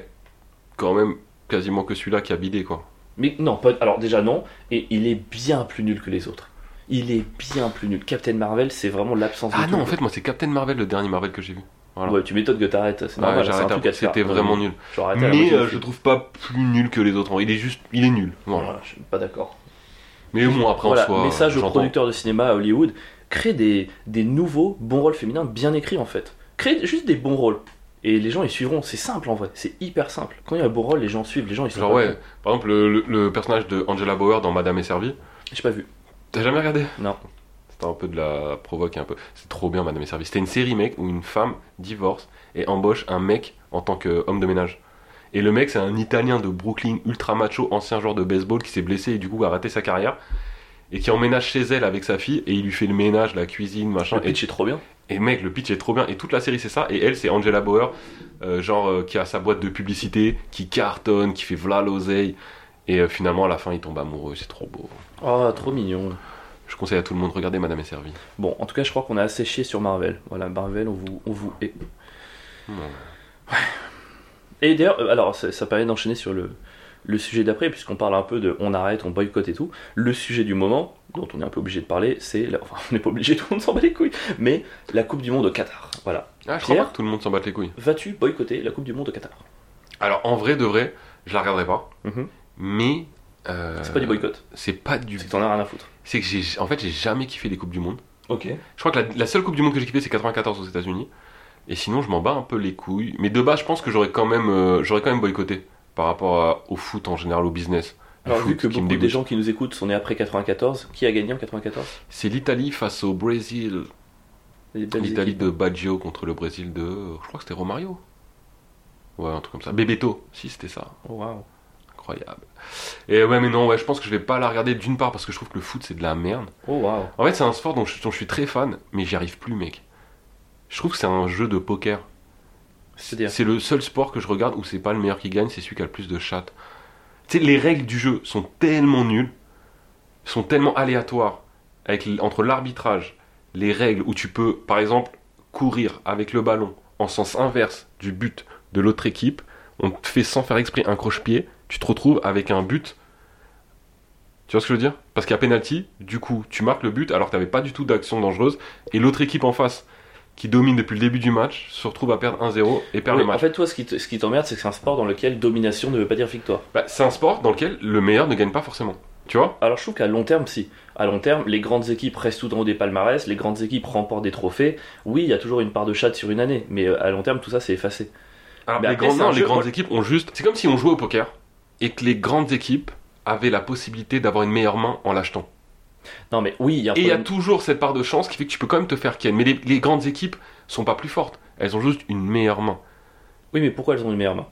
S2: quand même quasiment que celui-là qui a bidé, quoi.
S1: Mais non, pas... alors déjà non, et il est bien plus nul que les autres. Il est bien plus nul. Captain Marvel, c'est vraiment l'absence de
S2: Ah
S1: tout.
S2: non, en fait, moi, c'est Captain Marvel, le dernier Marvel que j'ai vu. voilà.
S1: Ouais, tu m'étonnes que t'arrêtes, c'est
S2: Ouais,
S1: normal, c'est un
S2: j'arrête
S1: truc
S2: après,
S1: à te faire.
S2: C'était vraiment nul.
S1: Je l'arrête à la
S2: Mais
S1: moitié
S2: euh,
S1: du
S2: je
S1: film.
S2: trouve pas plus nul que les autres. Il est juste, il est nul. Voilà.
S1: Voilà, je suis pas d'accord.
S2: Mais bon, après,
S1: Voilà,
S2: en soi.
S1: message aux
S2: j'entends.
S1: producteurs de cinéma à Hollywood, crée des, des nouveaux bons rôles féminins bien écrits en fait. Crée juste des bons rôles. Et les gens ils suivront, c'est simple en vrai, c'est hyper simple. Quand il y a un beau rôle, les gens suivent, les gens ils sont.
S2: Genre,
S1: pas
S2: ouais,
S1: cons.
S2: par exemple, le, le- le personnage de Angela Bauer dans Madame est servie,
S1: J'ai pas vu.
S2: t'as jamais regardé
S1: Non.
S2: C'était un peu de la provoque, un peu. C'est trop bien, Madame est servie. C'était une série, mec, où une femme divorce et embauche un mec en tant qu'homme de ménage. Et le mec, c'est un Italien de Brooklyn, ultra macho, ancien joueur de baseball qui s'est blessé et du coup a raté sa carrière. Et qui emménage chez elle avec sa fille et il lui fait le ménage, la cuisine, machin.
S1: Le
S2: Et
S1: pitch est trop bien.
S2: Et mec, le pitch est trop bien. Et toute la série, c'est ça. Et elle, c'est Angela Bauer, euh, genre euh, qui a sa boîte de publicité, qui cartonne, qui fait v'là l'oseille. Et euh, finalement, à la fin, il tombe amoureux. C'est trop beau.
S1: Oh, trop mignon.
S2: Je conseille à tout le monde, regardez Madame est servie.
S1: Bon, en tout cas, je crois qu'on a assez chié sur Marvel. Voilà, Marvel, on vous, on vous hait.
S2: Ouais.
S1: Et d'ailleurs, euh, alors, ça, ça permet d'enchaîner sur le, le sujet d'après, puisqu'on parle un peu de on arrête, on boycotte et tout. Le sujet du moment, dont on est un peu obligé de parler, c'est. la- Enfin, on n'est pas obligé, tout le monde s'en bat les couilles, mais la Coupe du Monde au Qatar. Voilà.
S2: Ah, je crois
S1: Pierre
S2: pas que tout le monde s'en batte les couilles.
S1: Vas-tu boycotter la Coupe du Monde au Qatar
S2: Alors, en vrai, de vrai, je la regarderai pas.
S1: Mhm.
S2: Mais. euh,
S1: C'est pas du boycott,
S2: C'est pas du.
S1: c'est que t'en as rien à foutre.
S2: C'est que j'ai. En fait, j'ai jamais kiffé les Coupes du Monde.
S1: Ok.
S2: Je crois que la, la seule Coupe du Monde que j'ai kiffée, c'est 94 aux États-Unis. Et sinon, je m'en bats un peu les couilles. Mais de base, je pense que j'aurais quand même, euh, j'aurais quand même boycotté par rapport à- au foot en général, au business. Le
S1: Alors,
S2: foot
S1: vu que
S2: qui me
S1: beaucoup des
S2: dégoûte.
S1: gens qui nous écoutent sont nés après 94, qui a gagné en 94
S2: C'est l'Italie face au Brésil.
S1: Les belles
S2: L'Italie
S1: équipes.
S2: de Baggio contre le Brésil de. Je crois que c'était Romario. Ouais, un truc comme ça. Bebeto. Si, c'était ça.
S1: Oh, waouh.
S2: Incroyable. Et ouais, mais non, ouais, je pense que je vais pas la regarder d'une part parce que je trouve que le foot c'est de la merde.
S1: Oh, waouh.
S2: En fait, c'est un sport dont je, dont je suis très fan, mais j'y arrive plus, mec. Je trouve que c'est un jeu de poker.
S1: C'est-à-dire.
S2: C'est le seul sport que je regarde où c'est pas le meilleur qui gagne, c'est celui qui a le plus de chattes. Tu sais, les règles du jeu sont tellement nulles, sont tellement aléatoires, avec, l- entre l'arbitrage, les règles où tu peux, par exemple, courir avec le ballon en sens inverse du but de l'autre équipe, on te fait sans faire exprès un croche-pied, tu te retrouves avec un but. Tu vois ce que je veux dire Parce qu'à penalty, du coup, tu marques le but alors que t'avais pas du tout d'action dangereuse, et l'autre équipe en face, qui domine depuis le début du match, se retrouve à perdre 1-0 et perd
S1: Oui,
S2: le match.
S1: En fait, toi, ce qui te- ce qui t'emmerde, c'est que c'est un sport dans lequel domination ne veut pas dire victoire.
S2: Bah, c'est un sport dans lequel le meilleur ne gagne pas forcément. Tu vois
S1: Alors, je trouve qu'à long terme, si. À long terme, les grandes équipes restent tout en haut des palmarès, les grandes équipes remportent des trophées. Oui, il y a toujours une part de chat sur une année, mais euh, à long terme, tout ça, c'est effacé.
S2: Alors,
S1: Ah, Mais
S2: les,
S1: après,
S2: grandes,
S1: c'est un
S2: non, les
S1: jeu-
S2: grandes équipes ont juste. C'est comme si on jouait au poker et que les grandes équipes avaient la possibilité d'avoir une meilleure main en l'achetant.
S1: Non, mais oui, il y a un
S2: Et il y a
S1: problème.
S2: toujours cette part de chance qui fait que tu peux quand même te faire ken. Mais les, les grandes équipes sont pas plus fortes. Elles ont juste une meilleure main.
S1: Oui, mais pourquoi elles ont une meilleure main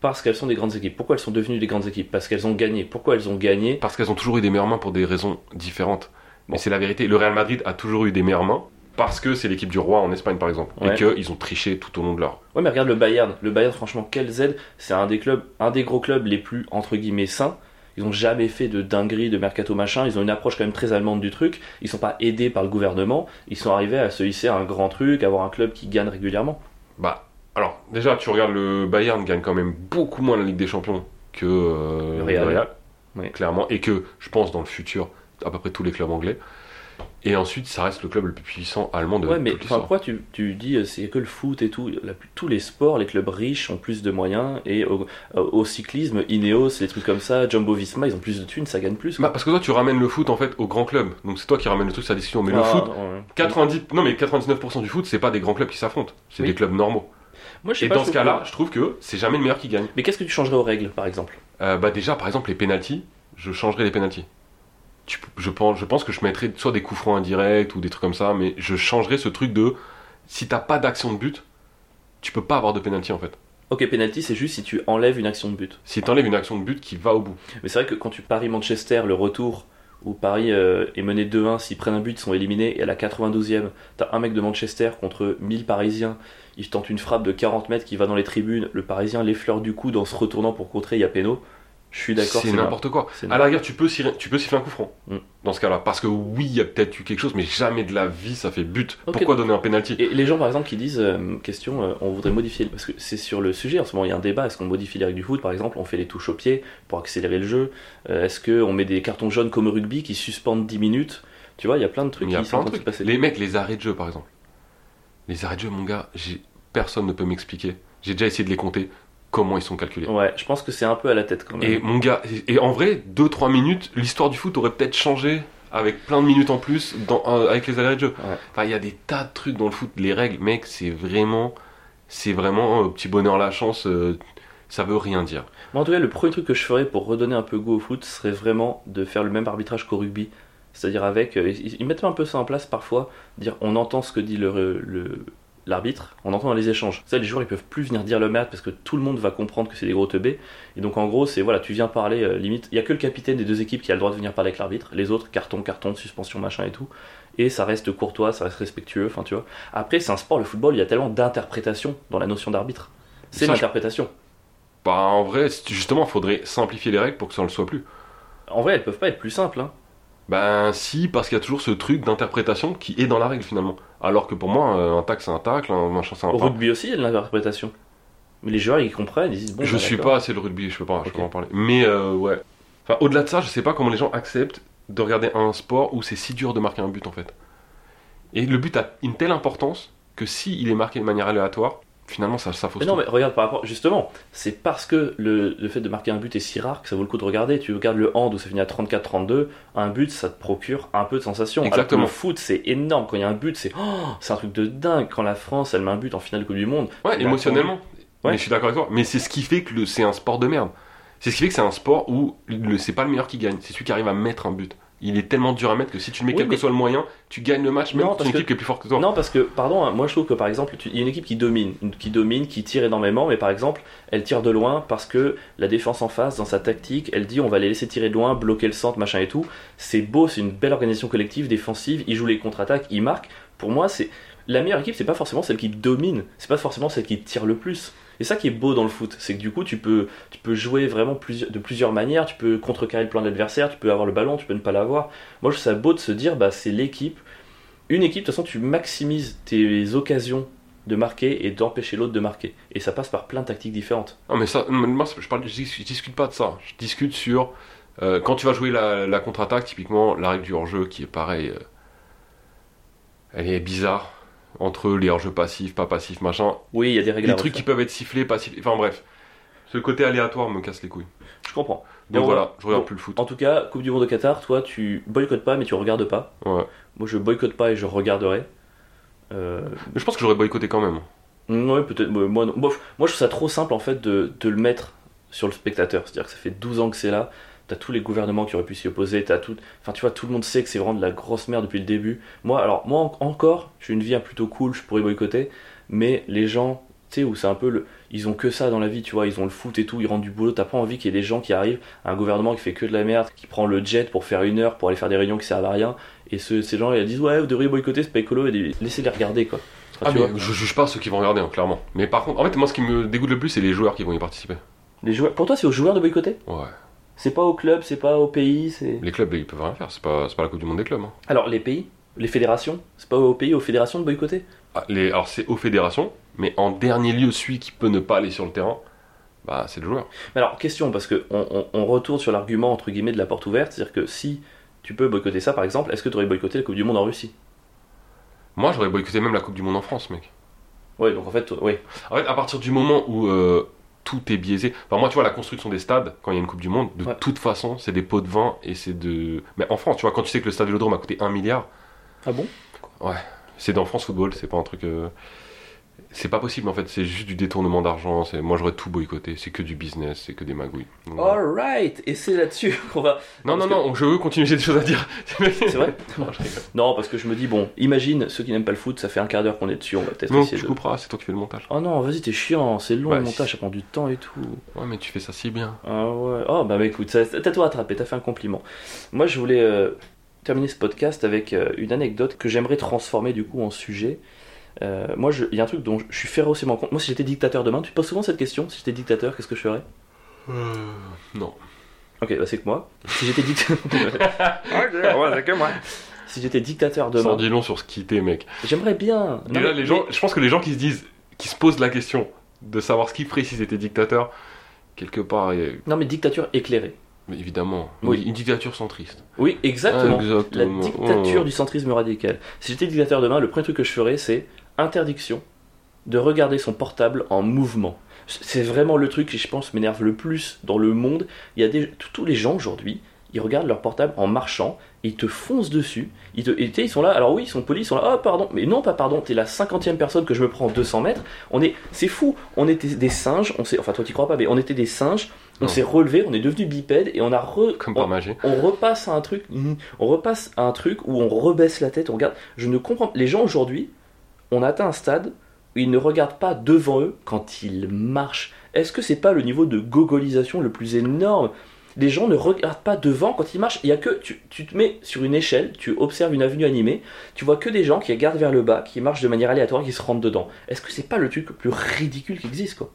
S1: Parce qu'elles sont des grandes équipes. Pourquoi elles sont devenues des grandes équipes Parce qu'elles ont gagné. Pourquoi elles ont gagné
S2: Parce qu'elles ont toujours eu des meilleures mains pour des raisons différentes. Mais
S1: Bon.
S2: c'est la vérité. Le Real Madrid a toujours eu des meilleures mains parce que c'est l'équipe du roi en Espagne par exemple.
S1: Ouais.
S2: Et qu'ils ont triché tout au long de leur.
S1: Ouais, mais regarde le Bayern. Le Bayern, franchement, quelles aides C'est un des clubs, un des gros clubs les plus entre guillemets sains. Ils ont jamais fait de dinguerie, de mercato machin. Ils ont une approche quand même très allemande du truc. Ils sont pas aidés par le gouvernement. Ils sont arrivés à se hisser à un grand truc, à avoir un club qui gagne régulièrement.
S2: Bah, alors, déjà, tu regardes le Bayern gagne quand même beaucoup moins la Ligue des Champions que euh,
S1: Le Real. Ouais.
S2: clairement, et que je pense dans le futur, à peu près tous les clubs anglais. Et ensuite, ça reste le club le plus puissant allemand de
S1: ouais, mais enfin,
S2: toute l'histoire.
S1: pourquoi tu, tu dis euh, c'est que le foot et tout la- Tous les sports, les clubs riches ont plus de moyens. Et au, euh, au cyclisme, Ineos, les trucs comme ça, Jumbo Visma, ils ont plus de thunes, ça gagne plus.
S2: Bah, parce que toi, tu ramènes le foot en fait au grand club. Donc, c'est toi qui ramène le truc à la discussion. Bah, Mais le
S1: Ah,
S2: foot,
S1: ouais.
S2: 90, non, mais 99% du foot, c'est pas des grands clubs qui s'affrontent, c'est
S1: Oui.
S2: des clubs normaux.
S1: Moi, je sais
S2: Et
S1: pas,
S2: dans
S1: je
S2: ce
S1: trouve
S2: cas-là, je trouve que c'est jamais le meilleur qui gagne.
S1: que- Mais qu'est-ce que tu changerais aux règles, par exemple
S2: Euh, bah déjà, par exemple, les pénalties, je changerai les pénalties. Tu- je, pense, je pense que je mettrais soit des coups francs indirects ou des trucs comme ça, mais je changerai ce truc de si t'as pas d'action de but, tu peux pas avoir de pénalty en fait.
S1: Ok, penalty, c'est juste si tu enlèves une action de but.
S2: Si t'enlèves une action de but qui va au bout.
S1: Mais c'est vrai que quand tu paries Manchester, le retour, où Paris euh, est mené 2-1, s'ils prennent un but, ils sont éliminés, et à la 92e, t'as un mec de Manchester contre 1000 Parisiens, il tente une frappe de 40 mètres qui va dans les tribunes, le Parisien l'effleure du coude en se retournant pour contrer, il y a péno. Je suis d'accord,
S2: C'est
S1: n'importe
S2: n'importe quoi.
S1: c'est
S2: À la rigueur, tu peux, siffler- tu peux siffler un coup franc
S1: Mm.
S2: dans ce cas-là. Parce que oui, il y a peut-être eu quelque chose, mais jamais de la vie ça fait but.
S1: Ok.
S2: Pourquoi donner un pénalty
S1: Et les gens par exemple qui disent euh, question euh, on voudrait modifier parce que c'est sur le sujet en ce moment il y a un débat est-ce qu'on modifie les règles du foot par exemple on fait les touches au pied pour accélérer le jeu Euh, est-ce que on met des cartons jaunes comme au rugby qui suspendent 10 minutes tu vois il y a plein de trucs
S2: Il y a
S1: qui sont
S2: plein de
S1: en train de
S2: trucs.
S1: se passer
S2: Les mecs, les arrêts de jeu, par exemple. Les arrêts de jeu, mon gars, j'ai- personne ne peut m'expliquer. J'ai déjà essayé de les compter, comment ils sont calculés.
S1: ouais je pense que c'est un peu à la tête quand même
S2: Et mon gars, et et en vrai, 2-3 minutes, l'histoire du foot aurait peut-être changé avec plein de minutes en plus dans, euh, avec les arrêts de jeu.
S1: Ouais.
S2: Enfin, il y a des tas de trucs dans le foot, les règles, mec, c'est vraiment c'est vraiment euh, petit bonheur la chance, euh, ça veut rien dire.
S1: Moi, en tout cas, le premier truc que je ferais pour redonner un peu goût au foot serait vraiment de faire le même arbitrage qu'au rugby. C'est-à-dire avec. euh, ils ils mettent un peu ça en place parfois, dire on entend ce que dit le- le- l'arbitre, on entend dans les échanges. Ça, les joueurs, ils peuvent plus venir dire le merde parce que tout le monde va comprendre que c'est des gros teubés. Et donc, en gros, c'est voilà, tu viens parler, euh, limite. Il y a que le capitaine des deux équipes qui a le droit de venir parler avec l'arbitre. Les autres, carton, carton, suspension, machin et tout. Et ça reste courtois, ça reste respectueux, enfin, tu vois. Après, c'est un sport, le football, il y a tellement d'interprétations dans la notion d'arbitre. C'est
S2: Ça, je-
S1: l'interprétation.
S2: Bah, en vrai, c'est- justement, faudrait simplifier les règles pour que ça ne le soit plus.
S1: En vrai, elles peuvent pas être plus simples, hein.
S2: Ben si, parce qu'il y a toujours ce truc d'interprétation qui est dans la règle finalement. Alors que pour moi, euh, un tac c'est un tacle, un machin c'est un
S1: Au
S2: pas.
S1: rugby aussi, il y a de l'interprétation. Mais les joueurs, ils comprennent, ils disent bon.
S2: je
S1: bah,
S2: suis
S1: d'accord.
S2: pas assez le rugby, je peux pas, je peux
S1: Ok.
S2: pas en parler. Mais euh, ouais. Enfin, au-delà de ça, je sais pas comment les gens acceptent de regarder un sport où c'est si dur de marquer un but en fait. Et le but a une telle importance que si il est marqué de manière aléatoire, finalement ça, ça fausse
S1: Mais non,
S2: tout.
S1: mais regarde par rapport. Justement, c'est parce que le, le fait de marquer un but est si rare que ça vaut le coup de regarder. Tu regardes le hand où ça finit à 34-32. Un but, ça te procure un peu de sensation. Alors que
S2: Exactement.
S1: le foot, c'est énorme. Quand il y a un but, c'est oh, c'est un truc de dingue. Quand la France, elle met un but en finale de Coupe du Monde.
S2: Ouais,
S1: Bah,
S2: émotionnellement.
S1: Ouais.
S2: Mais je suis d'accord avec toi. Mais c'est ce qui fait que le- c'est un sport de merde. C'est ce qui fait que c'est un sport où le- c'est pas le meilleur qui gagne, c'est celui qui arrive à mettre un but. Il est tellement dur à mettre que si tu le mets
S1: Oui,
S2: quel
S1: mais-
S2: que soit le moyen, tu gagnes le match, même
S1: Non,
S2: si c'est
S1: parce
S2: une
S1: que-
S2: équipe qui est plus forte que toi.
S1: Non, parce que, pardon, hein, moi je trouve que par exemple, tu- il y a une équipe qui domine, une- qui domine, qui tire énormément, mais par exemple, elle tire de loin parce que la défense en face, dans sa tactique, elle dit on va les laisser tirer de loin, bloquer le centre, machin et tout. C'est beau, c'est une belle organisation collective, défensive, ils jouent les contre-attaques, ils marquent. Pour moi, c'est la meilleure équipe, c'est pas forcément celle qui domine, c'est pas forcément celle qui tire le plus. Et ça qui est beau dans le foot, c'est que du coup, tu peux, tu peux jouer vraiment plusieurs- de plusieurs manières, tu peux contrecarrer le plan de l'adversaire, tu peux avoir le ballon, tu peux ne pas l'avoir. Moi, je trouve ça beau de se dire, bah, c'est l'équipe. Une équipe, de toute façon, tu maximises tes occasions de marquer et d'empêcher l'autre de marquer. Et ça passe par plein de tactiques différentes.
S2: Non, mais ça, moi, je, parle, je, dis- je discute pas de ça. Je discute sur euh, quand tu vas jouer la, la contre-attaque, typiquement la règle du hors-jeu qui est pareil. euh, elle est bizarre entre les hors-jeux passifs, pas passifs, machin.
S1: Oui, il y a des règles à
S2: Les trucs qui
S1: refaire.
S2: peuvent être sifflés, pas sifflés. Enfin bref, ce côté aléatoire me casse les couilles.
S1: Je comprends.
S2: Donc
S1: on-
S2: voilà, je regarde
S1: bon,
S2: plus le foot.
S1: En tout cas, Coupe du Monde au Qatar, toi, tu boycottes pas, mais tu regardes pas.
S2: Ouais.
S1: Moi, je boycotte pas et je regarderai. Euh,
S2: Mais je pense que j'aurais boycotté quand même.
S1: Ouais, peut-être. Moi, moi, non. Moi, je- moi, je trouve ça trop simple en fait de, de le mettre sur le spectateur. C'est-à-dire que ça fait 12 ans que c'est là. T'as tous les gouvernements qui auraient pu s'y opposer. T'as tout. Enfin, tu vois, tout le monde sait que c'est vraiment de la grosse merde depuis le début. Moi, alors, moi en- encore, j'ai une vie plutôt cool. Je pourrais boycotter. Mais les gens, tu sais, où c'est un peu le. Ils ont que ça dans la vie, tu vois. Ils ont le foot et tout. Ils rendent du boulot. T'as pas envie qu'il y ait des gens qui arrivent, un gouvernement qui fait que de la merde, qui prend le jet pour faire une heure, pour aller faire des réunions qui servent à rien. Et ce- ces gens, ils disent ouais, vous devriez boycotter, c'est pas écolo. Et des- laissez-les regarder quoi. Enfin,
S2: Ah,
S1: tu
S2: mais
S1: vois.
S2: je juge pas ceux qui vont regarder, hein, clairement. Mais par contre, en fait, moi, ce qui me dégoûte le plus, c'est les joueurs qui vont y participer.
S1: Les joueurs... Pour toi, c'est aux joueurs de boycotter
S2: Ouais.
S1: C'est pas au club, c'est pas au pays, c'est.
S2: Les clubs, ils peuvent rien faire. C'est pas, c'est pas la Coupe du Monde des clubs. hein.
S1: Alors, les pays Les fédérations C'est pas au pays, aux fédérations de boycotter
S2: Ah, les- alors, c'est aux fédérations, mais en dernier lieu, celui qui peut ne pas aller sur le terrain, bah, c'est le joueur.
S1: Mais alors, question, parce que on, on- on retourne sur l'argument entre guillemets de la porte ouverte, c'est-à-dire que si tu peux boycotter ça, par exemple, est-ce que tu aurais boycotté la Coupe du Monde en Russie
S2: Moi, j'aurais boycotté même la Coupe du Monde en France, mec.
S1: Ouais, donc en fait, oui.
S2: En fait, à partir du moment où euh, tout est biaisé. Enfin, moi, tu vois, la construction des stades, quand il y a une Coupe du Monde, de
S1: Ouais.
S2: toute façon, c'est des pots de vin et c'est de. Mais en France, tu vois, quand tu sais que le stade Vélodrome a coûté 1 milliard,
S1: Ah bon
S2: C'est dans France Football, c'est pas un truc. euh, C'est pas possible en fait, c'est juste du détournement d'argent. c'est- Moi j'aurais tout boycotté, c'est que du business, c'est que des magouilles. Donc, voilà.
S1: Alright Et c'est là-dessus qu'on va.
S2: non, non,
S1: Oh, parce
S2: non, je veux continuer, j'ai des choses à dire.
S1: C'est vrai
S2: Non, je rigole.
S1: Non, parce que je me dis, bon, imagine ceux qui n'aiment pas le foot, ça fait un quart d'heure qu'on est dessus, on va peut-être
S2: Non,
S1: essayer
S2: tu
S1: de.
S2: couperas, c'est toi qui fais le montage.
S1: Oh non, vas-y, t'es chiant, c'est long
S2: Bah,
S1: le
S2: si.
S1: montage, ça prend du temps et tout.
S2: Ouais, mais tu fais ça si bien.
S1: Ah ouais. Oh bah bah, écoute, ça- t'as tout rattrapé, t'as fait un compliment. Moi je voulais euh, terminer ce podcast avec euh, une anecdote que j'aimerais transformer du coup en sujet. Euh, moi je- il y a un truc dont je je suis férocement contre. Moi si j'étais dictateur demain, tu te poses souvent cette question, si j'étais dictateur, qu'est-ce que je ferais Hmm.
S2: non.
S1: Ok, bah c'est que moi. Si j'étais dictateur...
S2: c'est que moi.
S1: si j'étais dictateur
S2: Ça en
S1: demain,
S2: dit long sur ce qui t'es, mec.
S1: j'aimerais bien... Non,
S2: Et là,
S1: mais-
S2: les gens, je pense que les gens qui se disent, qui se posent la question de savoir ce qu'ils feraient si c'était dictateur, quelque part, et-
S1: mais- non mais dictature éclairée.
S2: mais évidemment,
S1: Oui.
S2: une dictature centriste.
S1: Oui, exactement.
S2: Ah,
S1: La
S2: exactement. Oh,
S1: dictature
S2: Ouais.
S1: du centrisme radical. Si j'étais dictateur demain, le premier truc que je ferais, c'est interdiction de regarder son portable en mouvement. C'est vraiment le truc qui, je pense, m'énerve le plus dans le monde. Il y a des... Tous les gens aujourd'hui, ils regardent leur portable en marchant, ils te foncent dessus, ils, te, et tu sais, ils sont là, alors oui, ils sont polis, ils sont là, oh pardon, mais non, pas pardon, t'es la cinquantième personne que je me prends en 200 mètres, on est, c'est fou, on était des singes, on s'est, enfin toi t'y crois pas, mais on était des singes, on
S2: Non.
S1: s'est relevé, on est devenu bipède et on a re,
S2: Comme par
S1: on,
S2: magie.
S1: on repasse à un truc, on repasse à un truc où on rebaisse la tête, on regarde, je ne comprends, les gens aujourd'hui, on atteint un stade où ils ne regardent pas devant eux quand ils marchent. Est-ce que c'est pas le niveau de gogolisation le plus énorme Les gens ne regardent pas devant quand ils marchent. Il y a que tu, tu te mets sur une échelle, tu observes une avenue animée, tu vois que des gens qui regardent vers le bas, qui marchent de manière aléatoire, qui se rentrent dedans. Est-ce que c'est pas le truc le plus ridicule qui existe quoi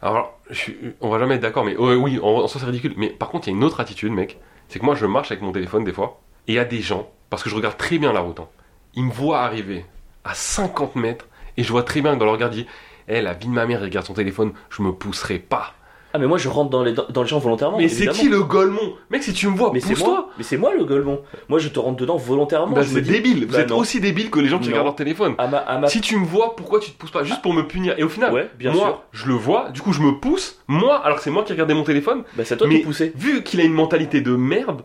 S2: Alors, je suis- on va jamais être d'accord, mais ouais, oui, en, en soi c'est ridicule. Mais par contre, il y a une autre attitude, mec. C'est que moi, je marche avec mon téléphone des fois, et il y a des gens, parce que je regarde très bien la route, hein. ils me voient arriver à 50 mètres, et je vois très bien que dans leur regard, ils disent Eh, la vie de ma mère, il regarde son téléphone, je me pousserai pas.
S1: Ah mais moi je rentre dans les dans les gens volontairement.
S2: mais c'est
S1: Ah, évidemment.
S2: qui le golemon Mec, si tu me vois,
S1: mais c'est
S2: pousse-toi
S1: moi, mais c'est moi le golemon. Moi je te rentre dedans volontairement.
S2: Bah,
S1: je me
S2: C'est
S1: dis,
S2: débile, vous
S1: bah,
S2: êtes
S1: non.
S2: aussi débile que les gens qui
S1: Non.
S2: regardent leur téléphone.
S1: à ma, à ma...
S2: Si tu me vois, pourquoi tu te pousses pas Juste pour me punir. Et au final,
S1: ouais, bien
S2: moi,
S1: sûr.
S2: je le vois, du coup, je me pousse, moi, alors que c'est moi qui regardais mon téléphone.
S1: Bah c'est à toi
S2: Mais-
S1: de pousser.
S2: vu qu'il a une mentalité de merde,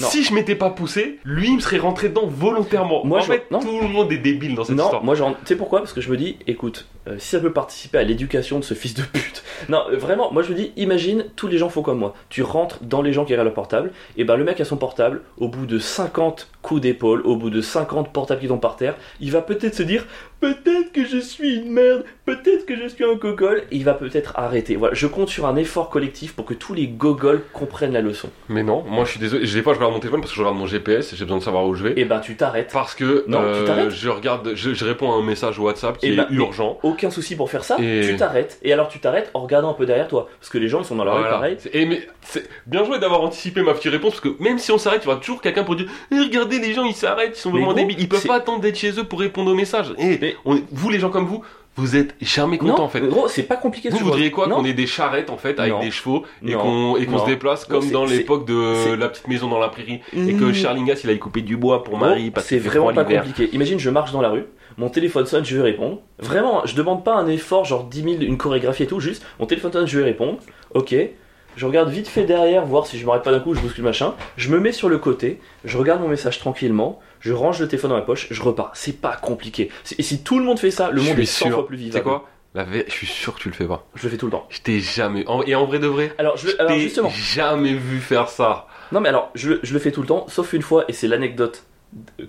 S1: Non.
S2: si je m'étais pas poussé, lui il me serait rentré dedans volontairement.
S1: Moi,
S2: en
S1: je-
S2: fait,
S1: non.
S2: tout le monde est débile dans cette
S1: Non,
S2: histoire.
S1: moi j'en... Tu sais pourquoi Parce que je me dis, écoute, euh, si ça peut participer à l'éducation de ce fils de pute. Non, euh, vraiment, moi je me dis, imagine, tous les gens font comme moi. Tu rentres dans les gens qui regardent leur portable, et ben le mec a son portable, au bout de 50 coups d'épaule, au bout de 50 portables qui tombent par terre, il va peut-être se dire, peut-être que je suis une merde, peut-être que je suis un gogol, et il va peut-être arrêter. Voilà, je compte sur un effort collectif pour que tous les gogols comprennent la leçon.
S2: Mais non, moi je suis désolé. J'ai pas, je regarde mon téléphone parce que je regarde mon GPS et j'ai besoin de savoir où je vais.
S1: Et ben tu t'arrêtes.
S2: Parce que euh,
S1: Non, tu t'arrêtes.
S2: je regarde, je, je réponds à un message WhatsApp qui
S1: Eh
S2: est
S1: ben, mais-
S2: urgent.
S1: Aucun souci pour faire ça,
S2: Et-
S1: tu t'arrêtes. Et alors tu t'arrêtes en regardant un peu derrière toi. Parce que les gens ils sont dans la rue
S2: Voilà.
S1: pareil.
S2: C'est- eh, mais c'est bien joué d'avoir anticipé ma petite réponse parce que même si on s'arrête, il y aura toujours quelqu'un pour dire Eh, Regardez, les gens ils s'arrêtent, ils sont
S1: Mais
S2: vraiment
S1: gros,
S2: débiles, ils peuvent
S1: c'est-
S2: pas attendre d'être chez eux pour répondre aux messages. Eh,
S1: Mais-
S2: on est- vous, les gens comme vous, vous êtes jamais contents
S1: non,
S2: en fait.
S1: gros, c'est pas compliqué.
S2: Vous
S1: ce genre de-
S2: voudriez quoi
S1: Non,
S2: Qu'on ait des charrettes en fait avec
S1: Non.
S2: des chevaux et
S1: Non.
S2: qu'on et qu'on
S1: Non.
S2: se déplace
S1: Non,
S2: comme
S1: c'est-
S2: dans
S1: c'est-
S2: l'époque de
S1: c'est-
S2: la petite maison dans la prairie et
S1: Mmh.
S2: que Charlingas il allait couper du bois pour
S1: Gros,
S2: Marie parce
S1: c'est
S2: qu'il fait
S1: vraiment
S2: froid
S1: pas
S2: l'hiver.
S1: compliqué. Imagine, je marche dans la rue, mon téléphone sonne, je vais répondre. Vraiment, je demande pas un effort, genre 10 000, une chorégraphie et tout, juste mon téléphone sonne, je vais répondre. Ok. Je regarde vite fait derrière, voir si je m'arrête pas d'un coup, je bouscule machin. Je me mets sur le côté, je regarde mon message tranquillement, je range le téléphone dans ma poche, je repars. C'est pas compliqué. C'est- Et si tout le monde fait ça, le
S2: Je
S1: monde
S2: suis
S1: est 100
S2: sûr.
S1: fois plus
S2: Tu
S1: vivant.
S2: sais quoi la vé- je suis sûr que tu le fais pas.
S1: Je le fais tout le temps.
S2: Je t'ai jamais. en- Et en vrai de vrai,
S1: Alors, je,
S2: je
S1: alors
S2: t'ai
S1: justement,
S2: jamais vu faire ça.
S1: Non mais alors, je, je le fais tout le temps, sauf une fois, et c'est l'anecdote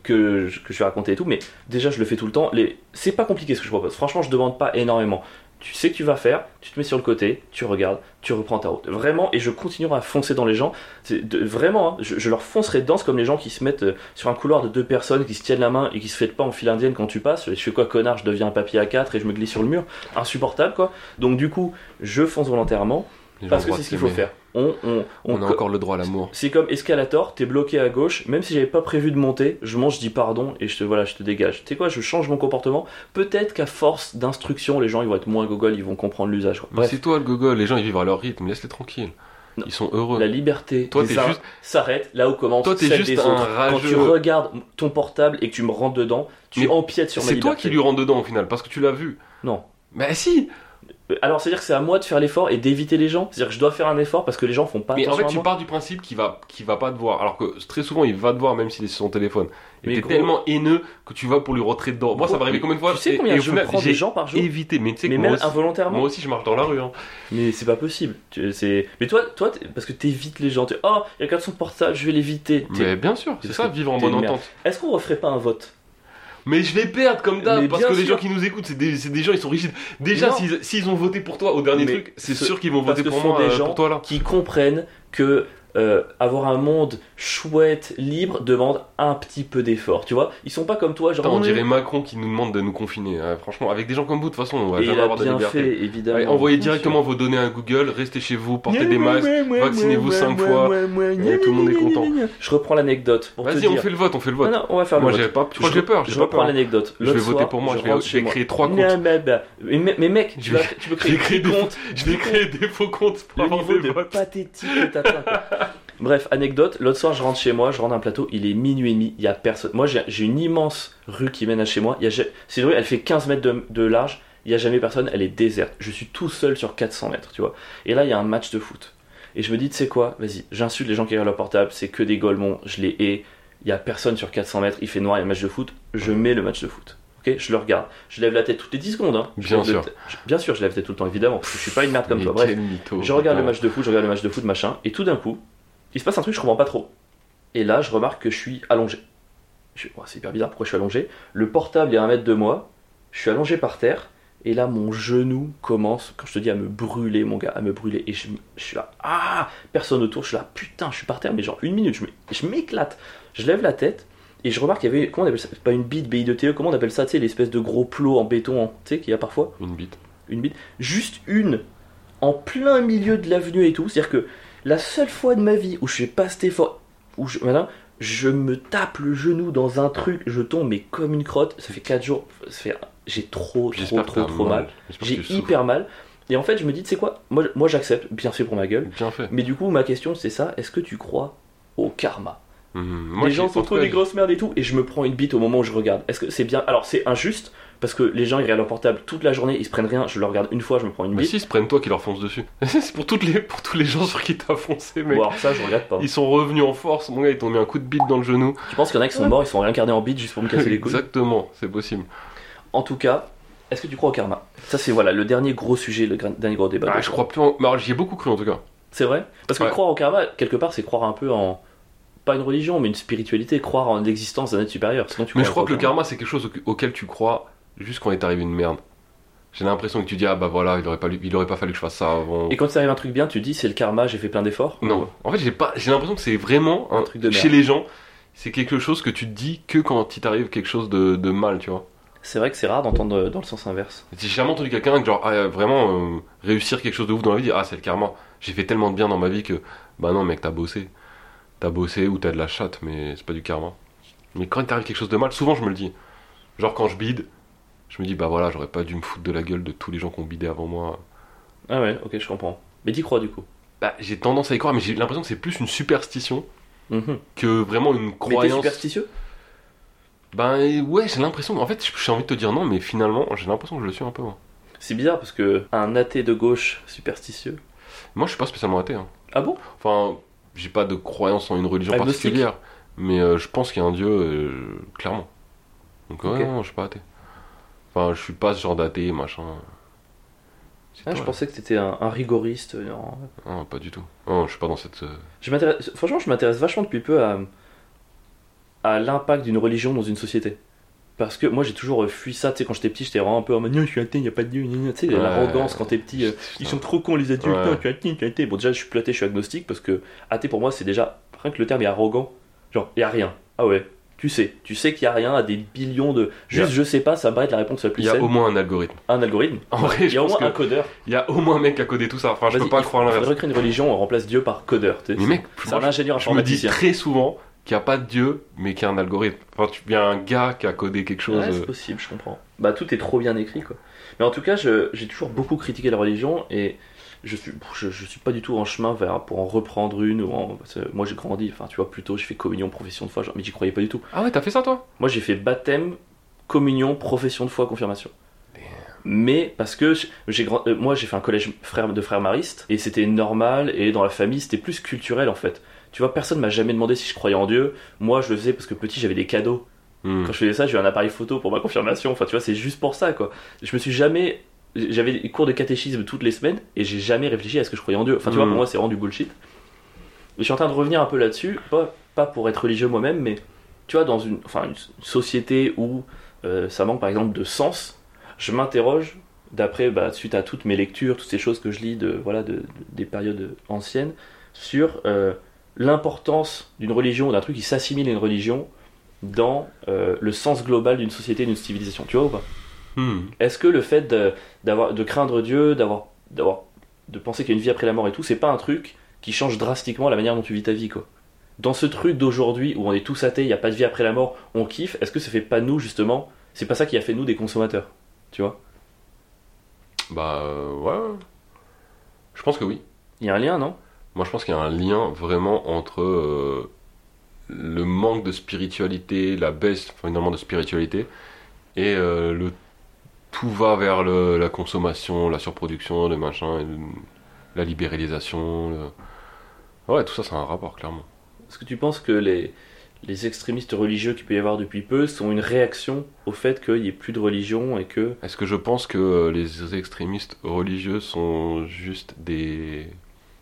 S1: que, je- que je vais raconter et tout, mais déjà je le fais tout le temps. Les... C'est pas compliqué ce que je propose, franchement je demande pas énormément. Tu sais que tu vas faire, tu te mets sur le côté, tu regardes, tu reprends ta route. Vraiment, et je continuerai à foncer dans les gens. C'est de- vraiment, hein, je, je leur foncerai dedans, c'est comme les gens qui se mettent euh, sur un couloir de deux personnes, qui se tiennent la main et qui se fêtent pas en file indienne quand tu passes. Je fais quoi connard, je deviens un papier à 4 et je me glisse sur le mur. Insupportable quoi. Donc du coup, je fonce volontairement,
S2: Les gens
S1: parce
S2: ont
S1: que
S2: droit
S1: c'est
S2: de
S1: ce qu'il faut
S2: s'aimer.
S1: faire. On, on, on,
S2: On a
S1: co-
S2: encore le droit à l'amour.
S1: c'est comme escalator, t'es bloqué à gauche, même si j'avais pas prévu de monter, je mange, je dis pardon et je te, voilà, je te dégage. Tu sais quoi, je change mon comportement. Peut-être qu'à force d'instruction, les gens ils vont être moins gogol, ils vont comprendre l'usage. quoi.
S2: Mais
S1: Bref,
S2: C'est toi le gogol, les gens ils vivent à leur rythme, laisse-les tranquilles.
S1: Non.
S2: Ils sont heureux.
S1: la liberté
S2: Toi,
S1: des
S2: t'es
S1: uns
S2: juste-
S1: s'arrête là où commence
S2: Toi, t'es
S1: celle
S2: juste
S1: des
S2: un
S1: autres. Quand
S2: rageux.
S1: tu regardes ton portable et que tu me rentres dedans, tu
S2: Mais
S1: empiètes sur ma
S2: C'est
S1: liberté.
S2: toi qui lui rends dedans au final parce que tu l'as vu.
S1: Non.
S2: Mais si
S1: Alors c'est-à-dire que c'est à moi de faire l'effort et d'éviter les gens C'est-à-dire que je dois faire un effort parce que les gens font pas
S2: Mais en
S1: attention
S2: fait,
S1: à
S2: tu
S1: moi
S2: pars du principe qu'il va, qu'il va pas te voir, alors que très souvent il va te voir même s'il est sur son téléphone. Et
S1: Mais
S2: t'es
S1: gros-
S2: tellement haineux que tu vas pour lui rentrer dedans. Moi, ça m'est arrivé combien de fois
S1: Tu sais
S2: et-
S1: combien
S2: et au
S1: je
S2: final,
S1: prends
S2: j'ai
S1: des gens par jour
S2: évité, mais tu sais que
S1: Mais
S2: moi
S1: même
S2: aussi,
S1: involontairement
S2: moi aussi, je marche dans la rue. hein.
S1: Mais c'est pas possible. Tu- c'est- Mais toi, toi t'es- parce que t'évites les gens. T'es, oh, il regarde son portable, je vais l'éviter. T'es-
S2: Mais bien sûr, c'est
S1: parce
S2: ça,
S1: que
S2: vivre en
S1: t'es
S2: bonne
S1: une merde.
S2: entente.
S1: Est-ce qu'on referait pas un vote
S2: Mais je vais perdre comme d'hab,
S1: Mais
S2: parce
S1: bien
S2: que les
S1: sûr.
S2: gens qui nous écoutent, c'est des, c'est des gens, ils sont rigides. Déjà,
S1: Non.
S2: s'ils s'ils ont voté pour toi au dernier
S1: Mais
S2: truc, c'est
S1: ce-
S2: sûr qu'ils vont
S1: parce
S2: voter
S1: que
S2: pour
S1: ce sont
S2: moi,
S1: des
S2: euh,
S1: gens-
S2: pour toi là.
S1: Qui comprennent que euh, avoir un monde chouette, libre, demande un petit peu d'effort. Tu vois, ils sont pas comme toi, genre.
S2: Putain, on
S1: oui,
S2: dirait Macron qui nous demande de nous confiner. hein. Franchement, avec des gens comme vous, de toute façon, on va
S1: Et il
S2: jamais
S1: a
S2: avoir de
S1: bien
S2: liberté.
S1: fait, évidemment.
S2: Allez, envoyez
S1: Bien
S2: directement
S1: sûr.
S2: vos données à Google, restez chez vous, portez des masques. vaccinez-vous cinq fois, et tout le monde est content.
S1: Je reprends l'anecdote pour te
S2: Vas-y, on
S1: dire.
S2: fait le vote, on fait le vote.
S1: Non, non, on va faire
S2: moi,
S1: le
S2: j'ai
S1: vote.
S2: pas. Tu crois que j'ai peur J'ai
S1: Je
S2: pas
S1: reprends
S2: peur.
S1: l'anecdate.
S2: Je vais
S1: Ah L'autre
S2: voter
S1: soir,
S2: pour moi. Je vais,
S1: rentre
S2: je
S1: chez
S2: vais
S1: moi.
S2: créer trois comptes.
S1: Non, mais, bah, mais, mais mec, tu,
S2: Je
S1: vas-
S2: vais-
S1: tu peux
S2: je
S1: créer
S2: vais créer
S1: des
S2: des-
S1: comptes.
S2: Je vais créer des faux comptes pour
S1: Le
S2: avoir
S1: niveau
S2: des
S1: de
S2: votes.
S1: pathétique que t'atteins, quoi. Bref, anecdote, l'autre soir je rentre chez moi, je rentre un plateau, il est minuit et demi, il y a personne. Moi j'ai j'ai une immense rue qui mène à chez moi, il y a ja- c'est une rue, elle fait 15 mètres de, de large, il n'y a jamais personne, elle est déserte. Je suis tout seul sur 400 mètres, tu vois. Et là il y a un match de foot. Et je me dis, tu sais quoi, vas-y, j'insulte les gens qui regardent leur portable, c'est que des golemons, je les hais, il y a personne sur 400 mètres, il fait noir, il y a un match de foot, je mets le match de foot. Ok, je le regarde. Je lève la tête toutes les 10 secondes. hein. Je
S2: Bien
S1: lève le
S2: sûr.
S1: t- je- Bien sûr, je lève la tête tout le temps, évidemment, parce que je suis pas une merde comme
S2: Mais
S1: toi. Bref,
S2: quel mytho,
S1: je regarde le
S2: putain.
S1: match de foot, je regarde le match de foot, machin, et tout d'un coup, il se passe un truc, je comprends pas trop. Et là, je remarque que je suis allongé. Je fais, Ouah, c'est hyper bizarre, pourquoi je suis allongé Le portable est à un mètre de moi, je suis allongé par terre, et là, mon genou commence, quand je te dis à me brûler, mon gars, à me brûler, et je, je suis là, ah Personne autour, je suis là, putain, je suis par terre, mais genre une minute, je me- je m'éclate. Je lève la tête, et je remarque qu'il y avait, comment on appelle ça C'est Pas une bite, BI de TE, E comment on appelle ça, tu sais, l'espèce de gros plot en béton, en- tu sais, qu'il y a parfois
S2: Une bite.
S1: une bite, juste une, en plein milieu de l'avenue et tout. C'est-à-dire que la seule fois de ma vie où je fais pas cet effort, où je, voilà, je me tape le genou dans un truc, je tombe mais comme une crotte. Ça fait 4 jours, ça fait- j'ai trop, trop,
S2: J'espère que
S1: trop,
S2: t'as
S1: trop mal.
S2: J'espère que
S1: J'ai
S2: tu souffres.
S1: hyper mal. Et en fait, je me dis, tu sais quoi, moi, moi j'accepte, bien fait pour ma gueule.
S2: Bien fait.
S1: Mais du coup, ma question c'est ça, est-ce que tu crois au karma
S2: Mhm. Moi,
S1: les
S2: je
S1: gens
S2: sais
S1: sont
S2: pas
S1: trop
S2: pourquoi
S1: des grosses merdes et tout, et je me prends une bite au moment où je regarde. Est-ce que c'est bien Alors c'est injuste parce que les gens ils regardent leur portable toute la journée, ils se prennent rien. Je le regarde une fois, je me prends une
S2: Mais
S1: bite.
S2: Bah, si, ils se prennent toi qui leur fonce dessus. c'est pour, toutes les, pour tous les gens sur qui t'as foncé, mec.
S1: Bon, alors ça, je regarde pas.
S2: Ils sont revenus en force, mon gars, ils t'ont mis un coup de bite dans le genou.
S1: Je pense qu'il y en a qui sont morts, ils sont réincarnés en bite juste pour me casser les couilles.
S2: Exactement, c'est possible.
S1: En tout cas, est-ce que tu crois au karma Ça, c'est voilà le dernier gros sujet, le gra- dernier gros débat.
S2: Ah, je crois plus en. mais alors, J'y ai beaucoup cru en tout cas.
S1: C'est vrai Parce que
S2: Ouais.
S1: croire au karma, quelque part, c'est croire un peu en. Pas une religion, mais une spiritualité, croire en l'existence d'un être supérieur. Sinon, tu
S2: Mais
S1: crois
S2: je crois
S1: au
S2: que le karma, c'est quelque chose au- auquel tu crois juste quand il est arrivé une merde. J'ai l'impression que tu dis, ah bah voilà, il aurait pas, lu- il aurait pas fallu que je fasse ça avant.
S1: Et quand ça arrive un truc bien, tu dis c'est le karma, j'ai fait plein d'efforts
S2: Non. En fait, j'ai pas, j'ai l'impression que c'est vraiment un
S1: truc de
S2: chez
S1: merde.
S2: les gens, c'est quelque chose que tu te dis que quand il t'arrive quelque chose de, de mal, tu vois.
S1: C'est vrai que c'est rare d'entendre euh, dans le sens inverse.
S2: J'ai jamais entendu quelqu'un que genre ah, euh, vraiment euh, réussir quelque chose de ouf dans la vie, dire, ah c'est le karma. J'ai fait tellement de bien dans ma vie que bah non mec t'as bossé, t'as bossé ou t'as de la chatte, mais c'est pas du karma. Mais quand il t'arrive quelque chose de mal, souvent je me le dis. Genre quand je bide, je me dis bah voilà j'aurais pas dû me foutre de la gueule de tous les gens qui ont bidé avant moi.
S1: Ah ouais, ok, je comprends. Mais t'y crois du coup.
S2: Bah j'ai tendance à y croire, mais j'ai l'impression que c'est plus une superstition
S1: Mhm.
S2: que vraiment une
S1: Mais t'es
S2: croyance.
S1: superstitieux
S2: Ben ouais, j'ai l'impression. En fait, j'ai envie de te dire non, mais finalement, j'ai l'impression que je le suis un peu. moi.
S1: C'est bizarre parce que un athée de gauche superstitieux.
S2: Moi, je suis pas spécialement athée. hein.
S1: Ah bon
S2: Enfin, j'ai pas de croyance en une religion
S1: Agnostique.
S2: particulière, mais euh, je pense qu'il y a un dieu, euh, clairement. Donc ouais,
S1: Ok.
S2: non, je suis pas athée. Enfin, je suis pas ce genre d'athée, machin. C'est
S1: Ah,
S2: toi,
S1: je
S2: là.
S1: pensais que t'étais un, un rigoriste. euh, non.
S2: Ah, pas du tout. Non, je suis pas dans cette. euh,
S1: Je m'intéresse, franchement, je m'intéresse vachement depuis peu à, à l'impact d'une religion dans une société. Parce que moi, j'ai toujours euh, fui ça. Tu sais, quand j'étais petit, j'étais vraiment un peu en mode Non, je suis athée, il n'y a pas de Dieu. gna gna. Tu sais,
S2: Ouais.
S1: l'arrogance quand t'es petit. euh, ils sont trop cons, les adultes.
S2: Ouais.
S1: Non, tu es athée, tu es athée. Bon, déjà, je suis platé, je suis agnostique parce que athée pour moi, c'est déjà. Rien que le terme est arrogant. Genre, il n'y a rien. Ah ouais, tu sais. Tu sais qu'il n'y a rien à des billions de. Juste,
S2: Il y
S1: je sais pas, ça me paraît être la réponse la plus
S2: Il y a
S1: saine.
S2: au moins un algorithme.
S1: Un algorithme.
S2: En vrai,
S1: Il y
S2: je
S1: a au
S2: pense
S1: moins
S2: que
S1: un codeur.
S2: il y a au moins un mec qui a codé tout ça. Enfin, je
S1: Vas-y,
S2: peux pas
S1: il-
S2: croire
S1: il
S2: l'inverse.
S1: faudrait créer une religion, on remplace Dieu par codeur. tu sais.
S2: Mais mec,
S1: c'est
S2: moi,
S1: un ingénieur
S2: Je me dis
S1: informaticien.
S2: très souvent qu'il n'y a pas de Dieu, mais qu'il y a un algorithme. Enfin, tu viens un gars qui a codé quelque chose.
S1: Ouais, c'est
S2: euh,
S1: possible, je comprends. Bah, tout est trop bien écrit, quoi. Mais en tout cas, je- j'ai toujours beaucoup critiqué la religion et je suis, je, je suis pas du tout en chemin vers pour en reprendre une. Ou en- parce que moi, j'ai grandi, enfin, tu vois, plutôt, j'ai fait communion, profession de foi, genre, mais j'y croyais pas du tout.
S2: Ah ouais, t'as fait ça toi
S1: Moi, j'ai fait baptême, communion, profession de foi, confirmation. Mais parce que je- j'ai grand- euh, moi j'ai fait un collège frère de frères maristes et c'était normal et dans la famille c'était plus culturel en fait. Tu vois personne m'a jamais demandé si je croyais en Dieu. Moi je le faisais parce que petit j'avais des cadeaux.
S2: Hmm.
S1: Quand je faisais ça, j'ai eu un appareil photo pour ma confirmation. Enfin, tu vois, c'est juste pour ça, quoi. Je me suis jamais. J'avais des cours de catéchisme toutes les semaines et j'ai jamais réfléchi à ce que je croyais en Dieu. Enfin, tu vois,
S2: Mm.
S1: pour moi, c'est vraiment du bullshit. Et je suis en train de revenir un peu là-dessus, pas, pas pour être religieux moi-même, mais tu vois, dans une, enfin, une société où euh, ça manque par exemple de sens, je m'interroge, d'après, bah, suite à toutes mes lectures, toutes ces choses que je lis de, voilà, de, de- des périodes anciennes, sur euh, l'importance d'une religion ou d'un truc qui s'assimile à une religion dans euh, le sens global d'une société, d'une civilisation. Tu vois ou pas
S2: Hmm.
S1: Est-ce que le fait de, d'avoir, de craindre Dieu, d'avoir, d'avoir, de penser qu'il y a une vie après la mort et tout, c'est pas un truc qui change drastiquement la manière dont tu vis ta vie, quoi Dans ce truc d'aujourd'hui où on est tous athées, il n'y a pas de vie après la mort, on kiffe, est-ce que ça fait pas nous, justement, c'est pas ça qui a fait nous des consommateurs Tu vois
S2: Bah euh, ouais. Je pense que oui.
S1: Il y a un lien, non
S2: Moi, je pense qu'il y a un lien vraiment entre euh, le manque de spiritualité, la baisse enfin, finalement de spiritualité, et euh, le tout va vers le- la consommation, la surproduction, le machin, et le- la libéralisation. le- Ouais, tout ça, c'est un rapport, clairement.
S1: Est-ce que tu penses que les, les extrémistes religieux qu'il peut y avoir depuis peu sont une réaction au fait qu'il n'y ait plus de religion et que.
S2: Est-ce que je pense que euh, les extrémistes religieux sont juste des.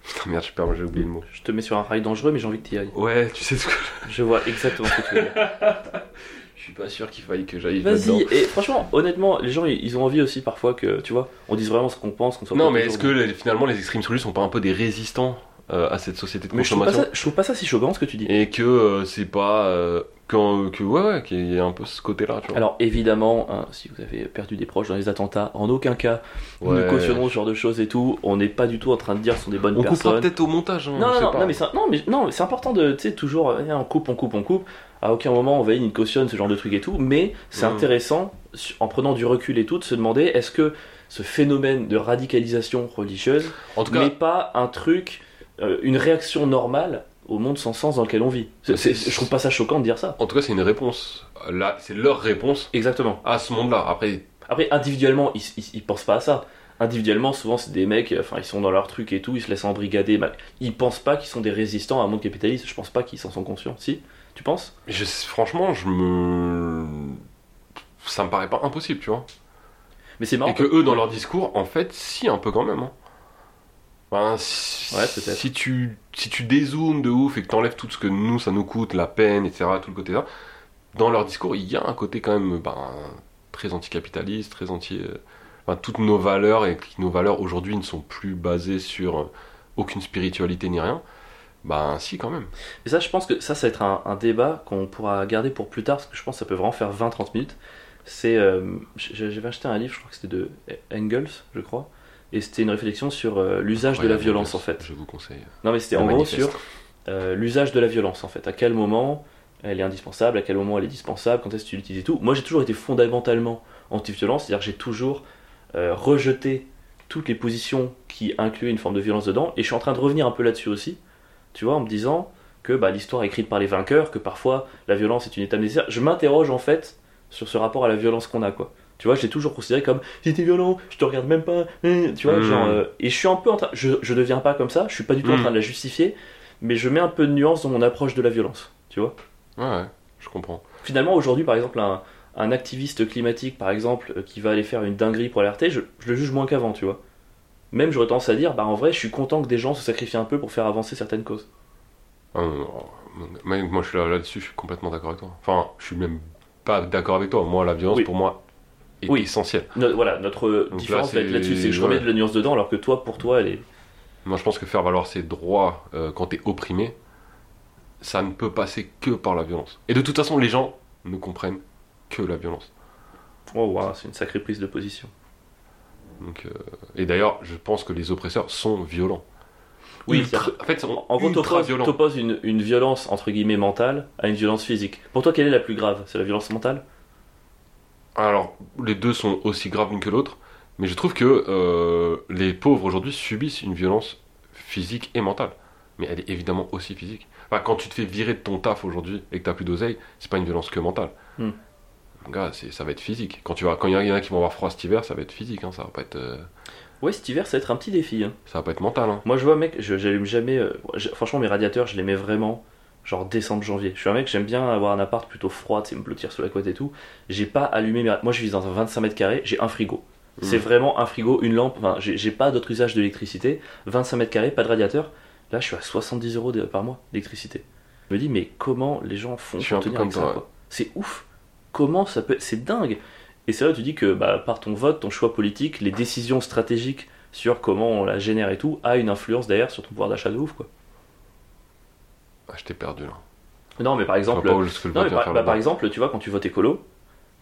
S2: Putain, merde, je perds, j'ai oublié le mot.
S1: Je te mets sur un rail dangereux, mais j'ai envie que tu y ailles.
S2: Ouais, tu sais ce que.
S1: Je vois exactement ce que tu veux dire.
S2: Je suis pas sûr qu'il faille que j'aille là-dedans.
S1: Vas-y, et franchement, honnêtement, les gens ils ils ont envie aussi parfois que, tu vois, on dise vraiment ce qu'on pense, qu'on soit
S2: Non,
S1: pas
S2: mais
S1: toujours-
S2: est-ce que les- finalement les extrémistes religieux sont pas un peu des résistants euh, à cette société de
S1: Mais je trouve, pas
S2: consommation
S1: ça, je trouve pas ça si choquant ce que tu dis.
S2: Et que euh, c'est pas. euh, qu'en- que, ouais, ouais, qu'il y ait un peu ce côté-là, tu vois.
S1: Alors évidemment, hein, si vous avez perdu des proches dans les attentats, en aucun cas
S2: Ouais.
S1: nous cautionnons ce genre de choses et tout. On n'est pas du tout en train de dire ce sont des bonnes
S2: On coupera
S1: personnes.
S2: peut-être au montage, hein,
S1: Non,
S2: je
S1: non,
S2: sais
S1: non,
S2: pas.
S1: non, mais c'est, non, mais non, mais c'est important de, tu sais, toujours, euh, on coupe, on coupe, on coupe. À aucun moment on valide ni cautionne ce genre de truc et tout, mais c'est
S2: Mm.
S1: intéressant, su- en prenant du recul et tout, de se demander est-ce que ce phénomène de radicalisation religieuse
S2: En tout cas,
S1: n'est pas un truc, euh, une réaction normale au monde sans sens dans lequel on vit C'est- c'est- Je trouve pas ça choquant de dire ça.
S2: en tout cas, c'est une réponse. Là, c'est leur réponse
S1: Exactement.
S2: à ce monde-là. Après,
S1: Après, individuellement, ils, ils, ils pensent pas à ça. Individuellement, souvent, c'est des mecs, enfin, ils sont dans leur truc et tout, ils se laissent embrigader. Bah, ils pensent pas qu'ils sont des résistants à un monde capitaliste. Je pense pas qu'ils s'en sont conscients. Si Tu penses
S2: je- franchement, je me. Ça me paraît pas impossible, tu vois.
S1: Mais c'est marrant.
S2: Et que eux, dans leur discours, en fait, si, un peu quand même. hein. Ben, si,
S1: Ouais, peut-être.
S2: si tu, si tu dézoomes de ouf et que t'enlèves tout ce que nous, ça nous coûte, la peine, etc., tout le côté là, dans leur discours, il y a un côté quand même ben, très anticapitaliste, très anti. euh, ben, toutes nos valeurs, et que nos valeurs aujourd'hui ne sont plus basées sur euh, aucune spiritualité ni rien. Ben, si, quand même.
S1: Et ça, je pense que ça, ça va être un, un débat qu'on pourra garder pour plus tard, parce que je pense que ça peut vraiment faire 20-30 minutes. C'est, euh, j- j'avais acheté un livre, je crois que c'était de Engels, je crois, et c'était une réflexion sur euh, l'usage de la
S2: Incroyable,
S1: violence, en fait.
S2: Je vous conseille.
S1: Non, mais c'était
S2: Le
S1: en gros
S2: manifeste.
S1: sur euh, l'usage de la violence en fait. À quel moment elle est indispensable, à quel moment elle est dispensable, quand est-ce que tu l'utilises et tout. Moi j'ai toujours été fondamentalement anti-violence, c'est-à-dire que j'ai toujours euh, rejeté toutes les positions qui incluaient une forme de violence dedans et je suis en train de revenir un peu là-dessus aussi, tu vois, en me disant que bah, l'histoire est écrite par les vainqueurs, que parfois la violence est une étape nécessaire. Je m'interroge en fait sur ce rapport à la violence qu'on a quoi. Tu vois, je l'ai toujours considéré comme si t'es violent, je te regarde même pas. hein, Tu vois,
S2: Mm.
S1: genre, euh, et je suis un peu en train, je, je deviens pas comme ça, je suis pas du tout en
S2: Mm.
S1: train de la justifier, mais je mets un peu de nuance dans mon approche de la violence, tu vois.
S2: Ouais, ouais, je comprends.
S1: Finalement, aujourd'hui, par exemple, un, un activiste climatique, par exemple, euh, qui va aller faire une dinguerie pour alerter, je, je le juge moins qu'avant, tu vois. Même j'aurais tendance à dire, bah en vrai, je suis content que des gens se sacrifient un peu pour faire avancer certaines causes.
S2: Ah, non, non, non. Mais moi, je suis là- là-dessus, je suis complètement d'accord avec toi. Enfin, je suis même pas d'accord avec toi. Moi, la violence,
S1: Oui.
S2: pour moi, est
S1: Oui.
S2: essentielle.
S1: No- voilà, notre euh,
S2: Donc là,
S1: différence
S2: c'est-
S1: là- là-dessus, c'est que je remets
S2: ouais.
S1: de la nuance dedans, alors que toi, pour toi, elle est.
S2: Moi, je pense que faire valoir ses droits euh, quand t'es opprimé, ça ne peut passer que par la violence. Et de toute façon, les gens ne comprennent que la violence.
S1: Oh, waouh, c'est une sacrée prise de position.
S2: Donc, euh, et d'ailleurs, je pense que les oppresseurs sont violents.
S1: Oui,
S2: Ultra-
S1: c'est-à-dire
S2: en fait, sont
S1: En gros,
S2: ultra
S1: t'opposes
S2: violents.
S1: t'opposes une, une violence entre guillemets mentale à une violence physique. Pour toi, quelle est la plus grave C'est la violence mentale
S2: Alors, les deux sont aussi graves l'une que l'autre, mais je trouve que euh, les pauvres aujourd'hui subissent une violence physique et mentale. Mais elle est évidemment aussi physique. Enfin, quand tu te fais virer de ton taf aujourd'hui et que t'as plus d'oseille, c'est pas une violence que mentale.
S1: Hmm.
S2: Mon gars, c'est- ça va être physique. Quand tu vas, quand il y, en a qui vont avoir froid cet hiver, ça va être physique, hein, ça va pas être, euh,
S1: Ouais, cet hiver, ça va être un petit défi. hein.
S2: ça va pas être mental. hein.
S1: Moi, je vois, mec, je- j'allume jamais. euh, je- franchement, mes radiateurs, je les mets vraiment genre décembre, janvier. Je suis un mec, j'aime bien avoir un appart plutôt froid, c'est me blottir sous la couette et tout. J'ai pas allumé mes. Moi, je vis dans un 25 mètres carrés, j'ai un frigo.
S2: Mm.
S1: C'est vraiment un frigo, une lampe. Enfin, j'ai j'ai pas d'autre usage de l'électricité. 25 mètres carrés, pas de radiateur. Là, je suis à 70 euros de- par mois d'électricité. Je me dis, mais comment les gens font
S2: Je suis
S1: pour
S2: un peu
S1: tenir
S2: comme
S1: avec ça,
S2: toi, ouais.
S1: quoi C'est ouf. Comment ça peut. C'est dingue. Et c'est là où tu dis que bah, par ton vote, ton choix politique, les décisions stratégiques sur comment on la génère et tout, a une influence derrière sur ton pouvoir d'achat de ouf. Quoi.
S2: Ah, je t'ai perdu là.
S1: Non, mais par
S2: Je vois
S1: exemple,
S2: pas où ce que je
S1: non,
S2: vois
S1: mais
S2: bien
S1: par,
S2: faire
S1: bah,
S2: là-bas.
S1: par exemple, tu vois, quand tu votes écolo,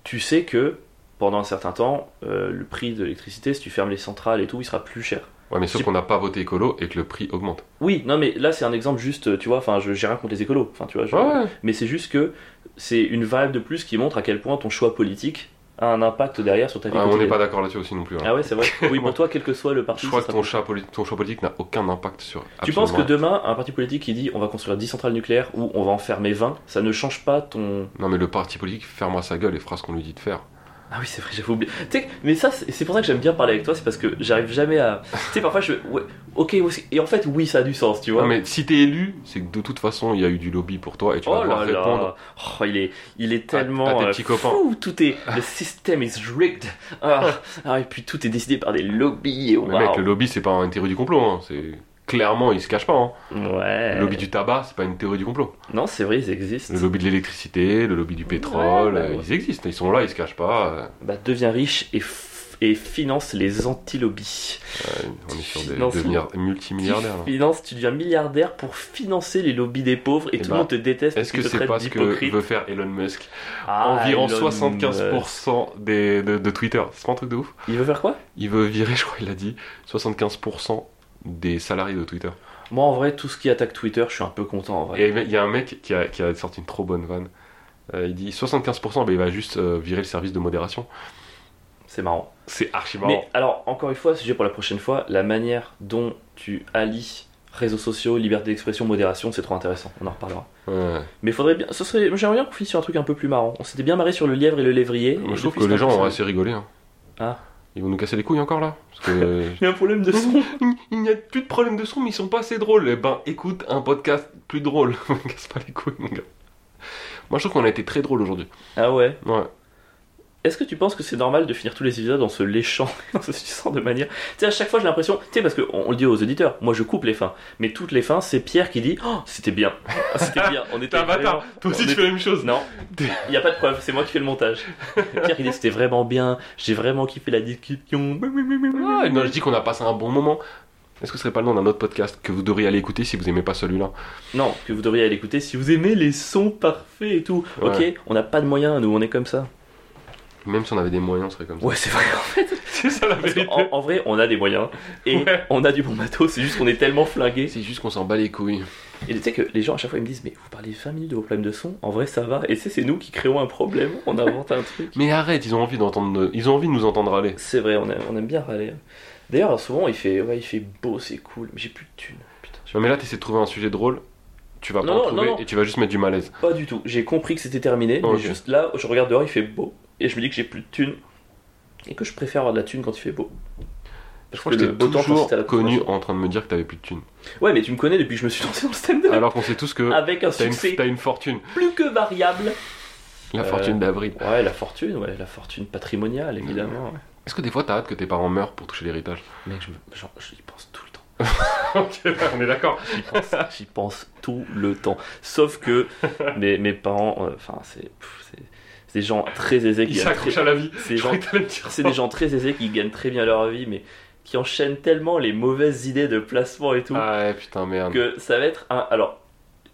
S1: tu sais que pendant un certain temps, euh, le prix de l'électricité, si tu fermes les centrales et tout, il sera plus cher.
S2: Ouais, mais sauf
S1: tu-
S2: qu'on n'a pas voté écolo et que le prix augmente.
S1: Oui, non, mais là, c'est un exemple juste, tu vois, enfin, je- j'ai rien contre les écolos, enfin, tu vois, je- mais c'est juste que c'est une variable de plus qui montre à quel point ton choix politique a un impact derrière sur ta vie
S2: Ah, on n'est
S1: quotidienne.
S2: pas d'accord là-dessus aussi non plus. hein.
S1: Ah ouais, c'est vrai. Oui, pour toi, quel que soit le parti,
S2: je crois
S1: Ah, ça
S2: que
S1: sera
S2: ton, chat poli- ton choix politique n'a aucun impact sur.
S1: Tu penses que
S2: absolument
S1: demain, un parti politique qui dit on va construire 10 centrales nucléaires ou on va en fermer 20, ça ne change pas ton.
S2: Non mais le parti politique fermera sa gueule et fera ce qu'on lui dit de faire.
S1: Ah oui, c'est vrai, j'avais oublié. Tu sais, mais ça, c'est c'est pour ça que j'aime bien parler avec toi, c'est parce que j'arrive jamais à. Tu sais, parfois je. ouais, ok, où est-ce que- et en fait, oui, ça a du sens, tu vois.
S2: Non, mais si t'es élu, c'est que de toute façon, il y a eu du lobby pour toi et tu vas
S1: Oh là
S2: pouvoir répondre.
S1: là Oh, il, est, il est tellement
S2: à tes
S1: euh,
S2: petits copains.
S1: fou, tout est, le système is rigged. Ah, ah, et puis tout est décidé par des lobbies. et
S2: Mais
S1: waouh.
S2: mec, le lobby, c'est pas une théorie du complot. hein. C'est clairement, il se cache pas. hein.
S1: Ouais.
S2: Le lobby du tabac, c'est pas une théorie du complot.
S1: Non, Eh. c'est vrai, ils existent.
S2: Le lobby de l'électricité, le lobby du pétrole,
S1: ouais,
S2: euh,
S1: ouais.
S2: ils existent. Ils sont là, ils se cachent pas. euh,
S1: Bah, deviens riche et, f- et finance les anti-lobbies.
S2: Euh, on est sur des
S1: Non,
S2: devenir multimilliardaires. là.
S1: Tu finances, tu deviens milliardaire pour financer les lobbies des pauvres et,
S2: Eh
S1: tout
S2: ben,
S1: le monde te déteste parce
S2: Est-ce que
S1: qu'il te
S2: c'est
S1: traite
S2: pas ce que
S1: d'hypocrite.
S2: veut faire Elon Musk
S1: Ah,
S2: Environ
S1: Elon
S2: 75% des, de, de Twitter. C'est pas un truc de ouf
S1: Il veut faire quoi
S2: Il veut virer, je crois, il a dit, 75% des salariés de Twitter.
S1: Moi, en vrai, tout ce qui attaque Twitter, je suis un peu content en vrai.
S2: Et il y a un mec qui a, qui a sorti une trop bonne vanne. Euh, il dit 75%, mais il va juste euh, virer le service de modération.
S1: C'est marrant.
S2: C'est archi marrant.
S1: Mais alors, encore une fois, sujet pour la prochaine fois, la manière dont tu allies réseaux sociaux, liberté d'expression, modération, c'est trop intéressant, on en reparlera.
S2: Ouais.
S1: Mais faudrait bien, ce serait, j'aimerais bien qu'on finisse sur un truc un peu plus marrant. On s'était bien marré sur le lièvre et le lévrier.
S2: Moi,
S1: et
S2: je trouve
S1: depuis,
S2: que
S1: c'est
S2: les gens ont
S1: impossible.
S2: assez rigolé. hein.
S1: Ah.
S2: Ils vont nous casser les couilles encore là Parce que.
S1: J'ai un problème de son.
S2: Il n'y a plus de problème de son, mais ils sont pas assez drôles. Eh ben, écoute un podcast plus drôle. On casse pas les couilles, mon gars. Moi, je trouve qu'on a été très drôle aujourd'hui.
S1: Ah ouais.
S2: Ouais.
S1: Est-ce que tu penses que c'est normal de finir tous les épisodes en se léchant, en se suçant de manière. Tu sais, à chaque fois, j'ai l'impression, tu sais, parce qu'on on le dit aux auditeurs, moi je coupe les fins, mais toutes les fins, c'est Pierre qui dit, oh, c'était bien, Ah, c'était bien, on était.
S2: T'es un bâtard.
S1: vraiment-
S2: Toi aussi,
S1: on
S2: tu fais la même chose.
S1: Non, il n'y a pas de preuve, c'est moi qui fais le montage. Pierre, il dit c'était vraiment bien, j'ai vraiment kiffé la discussion.
S2: Ah, non, je dis qu'on a passé un bon moment. Est-ce que ce serait pas le nom d'un autre podcast que vous devriez aller écouter si vous aimez pas celui-là
S1: Non, que vous devriez aller écouter si vous aimez les sons parfaits et tout.
S2: Ouais.
S1: Ok, on n'a pas de moyens, nous on est comme ça.
S2: Même si on avait des moyens, on serait comme ça.
S1: Ouais, c'est vrai.
S2: C'est ça la
S1: Parce
S2: vérité.
S1: qu'en- en, en vrai, on a des moyens et
S2: Ouais.
S1: on a du bon matos, c'est juste qu'on est tellement flingué.
S2: C'est juste qu'on s'en bat les couilles.
S1: Et tu sais que les gens à chaque fois ils me disent, mais vous parlez 20 minutes de vos problèmes de son, en vrai ça va. Et tu sais, c'est nous qui créons un problème, on invente un truc.
S2: Mais arrête, ils ont envie d'entendre, ils ont envie de nous entendre aller.
S1: C'est vrai, on aime, on aime bien râler. D'ailleurs, souvent il fait, ouais, il fait beau, c'est cool, mais j'ai plus de thunes. Putain,
S2: Non, mais là, t'essaies de trouver un sujet drôle, tu vas pas
S1: Non,
S2: en
S1: non,
S2: trouver
S1: non, non.
S2: et tu vas juste mettre du malaise.
S1: Pas du tout. J'ai compris que c'était terminé,
S2: Ok.
S1: mais juste là, je regarde dehors, il fait beau, et je me dis que j'ai plus de thunes, et que je préfère avoir de la thune quand il fait beau.
S2: Je
S1: Parce
S2: crois que
S1: le
S2: t'es
S1: beau temps,
S2: toujours
S1: c'est à la
S2: connu en train de me dire que t'avais plus de thunes.
S1: Ouais, mais tu me connais depuis que je me suis lancé dans le stand-up,
S2: Alors qu'on sait tous que
S1: avec un
S2: t'as une,
S1: Ah, succès
S2: t'as une fortune.
S1: plus que variable.
S2: La
S1: Euh,
S2: fortune d'avril.
S1: Ouais, la fortune, ouais, la fortune patrimoniale, évidemment. ouais.
S2: Est-ce que des fois t'as hâte que tes parents meurent pour toucher l'héritage
S1: Mec, je, me- genre, j'y pense tout le temps.
S2: Ok, bah, on est d'accord.
S1: J'y pense, j'y pense tout le temps. Sauf que mes, mes parents, euh, enfin, c'est pff, c'est- c'est des gens très aisés qui
S2: Ils
S1: gagnent
S2: s'accrochent
S1: très-
S2: à la vie.
S1: c'est des
S2: Je
S1: gens
S2: croyais que t'allais me dire
S1: C'est
S2: ça.
S1: des gens très aisés qui gagnent très bien leur vie, mais qui enchaînent tellement les mauvaises idées de placement et tout
S2: Ah ouais, putain, merde.
S1: que ça va être un. Alors,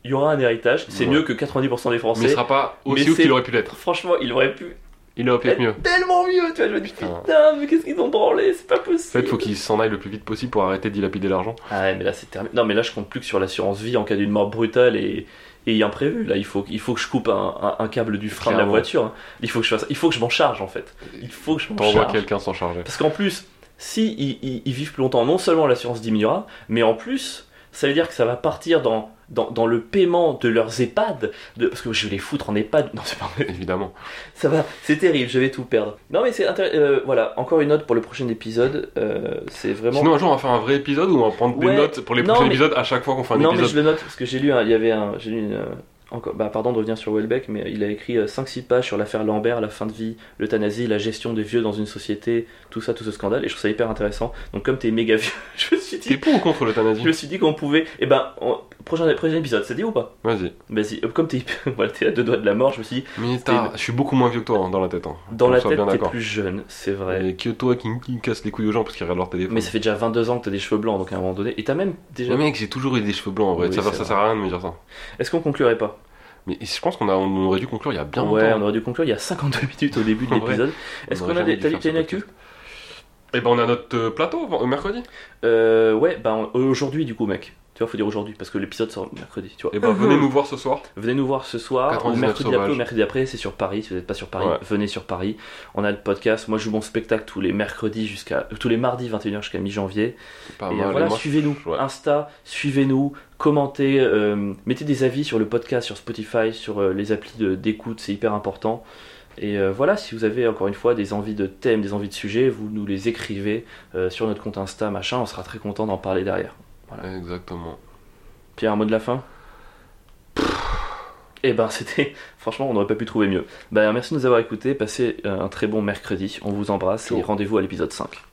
S1: il y aura un héritage, c'est
S2: Ouais.
S1: mieux que 90% des
S2: Mais il
S1: Français.
S2: sera pas aussi
S1: mais
S2: ouf
S1: c'est-
S2: qu'il aurait pu l'être.
S1: Franchement, il aurait pu
S2: Il aurait pu être
S1: être
S2: mieux.
S1: tellement mieux, tu vois. Je me dis
S2: Putain.
S1: putain, mais qu'est-ce qu'ils ont branlé, c'est pas
S2: En
S1: possible.
S2: fait, faut qu'ils s'en aillent le plus vite possible pour arrêter de dilapider l'argent.
S1: Ah ouais, mais là c'est terminé. Non, mais là je compte plus que sur l'assurance vie en cas d'une mort brutale et, et imprévue. Là, il faut, il faut que je coupe un, un- un câble du frein de la
S2: Clairement.
S1: voiture. hein. Il faut que je fasse, il faut que je m'en charge en fait. Il faut que je m'en
S2: T'envoies
S1: charge.
S2: quelqu'un s'en charger.
S1: Parce qu'en plus, si ils, ils- ils vivent plus longtemps, non seulement l'assurance diminuera, mais en plus, ça veut dire que ça va partir dans, dans, dans le paiement de leurs EHPAD, de, parce que je vais les foutre en EHPAD. Non, c'est pas vrai.
S2: Évidemment.
S1: Ça va, c'est terrible, je vais tout perdre. Non, mais c'est intéressant. voilà, encore une note pour le prochain épisode. euh, c'est vraiment.
S2: Sinon, un jour, on va faire un vrai épisode ou on va prendre des
S1: Ouais.
S2: notes pour les
S1: Non,
S2: prochains
S1: mais-
S2: épisodes à chaque fois qu'on fait un
S1: non, mais je
S2: épisode.
S1: le note parce que j'ai lu, un- il y avait un, j'ai lu une, euh, encore, bah, pardon de revenir sur Welbeck, mais il a écrit 5-6 pages sur l'affaire Lambert, la fin de vie, l'euthanasie, la gestion des vieux dans une société, tout ça, tout ce scandale, et je trouve ça hyper intéressant. Donc, comme t'es méga vieux, je me suis dit,
S2: T'es pour ou contre
S1: Je me
S2: l'euthanasie
S1: suis dit qu'on pouvait. Eh ben, on- prochain, prochain épisode, c'est dit ou pas
S2: Vas-y.
S1: Vas-y, euh, comme t'es voilà, t'es à deux doigts de la mort, je me suis dit,
S2: Mais t'as- je suis beaucoup moins vieux que toi hein, dans la tête. hein.
S1: dans
S2: Qu'on
S1: la
S2: soit
S1: tête,
S2: bien
S1: t'es
S2: d'accord.
S1: plus jeune, c'est vrai.
S2: Et que toi qui, qui casse les couilles aux gens parce qu'ils regardent leur téléphone.
S1: Mais ça fait déjà 22 ans que t'as des cheveux blancs, donc à un moment donné. Et t'as même déjà.
S2: Mais mec, j'ai toujours eu des cheveux blancs en vrai.
S1: Oui,
S2: ça, va-
S1: c'est
S2: ça
S1: vrai.
S2: sert à rien de me dire ça.
S1: Est-ce qu'on conclurait pas
S2: Mais je pense qu'on a, on aurait dû conclure il y a bien
S1: Ouais, on
S2: longtemps.
S1: aurait dû conclure il y a 52 minutes au début de
S2: En vrai,
S1: l'épisode. Est-ce
S2: aurait
S1: qu'on a
S2: jamais
S1: des.
S2: dû
S1: T'as
S2: faire
S1: t'as
S2: ce
S1: une actu
S2: Et ben on a notre euh, plateau euh, mercredi.
S1: Euh, Ouais, bah on- aujourd'hui du coup, mec. Tu vois, faut dire aujourd'hui, parce que l'épisode sort mercredi, tu vois.
S2: Et ben venez nous voir ce soir.
S1: Venez nous voir ce soir, ou
S2: 99
S1: mercredi
S2: Sauvage.
S1: après, ou mercredi après, c'est sur Paris. Si vous n'êtes pas sur Paris,
S2: Ouais.
S1: venez sur Paris. On a le podcast. Moi, je joue mon spectacle tous les mercredis jusqu'à tous les mardis 21h jusqu'à mi-janvier.
S2: C'est Pas
S1: Et euh,
S2: mal,
S1: voilà,
S2: moi,
S1: suivez-nous.
S2: Ah, ouais.
S1: Insta, suivez-nous, commentez, euh, mettez des avis sur le podcast, sur Spotify, sur euh, les applis de- d'écoute, c'est hyper important. Et euh, voilà, si vous avez encore une fois des envies de thèmes, des envies de sujets, vous nous les écrivez euh, sur notre compte Insta, machin, on sera très content d'en parler derrière.
S2: Exactement.
S1: Pierre, un mot de la fin Eh ben, c'était. Franchement, on n'aurait pas pu trouver mieux. Ben, merci de nous avoir écoutés, passez euh, un très bon mercredi, on vous embrasse et
S2: Ciao.
S1: rendez-vous à l'épisode 5.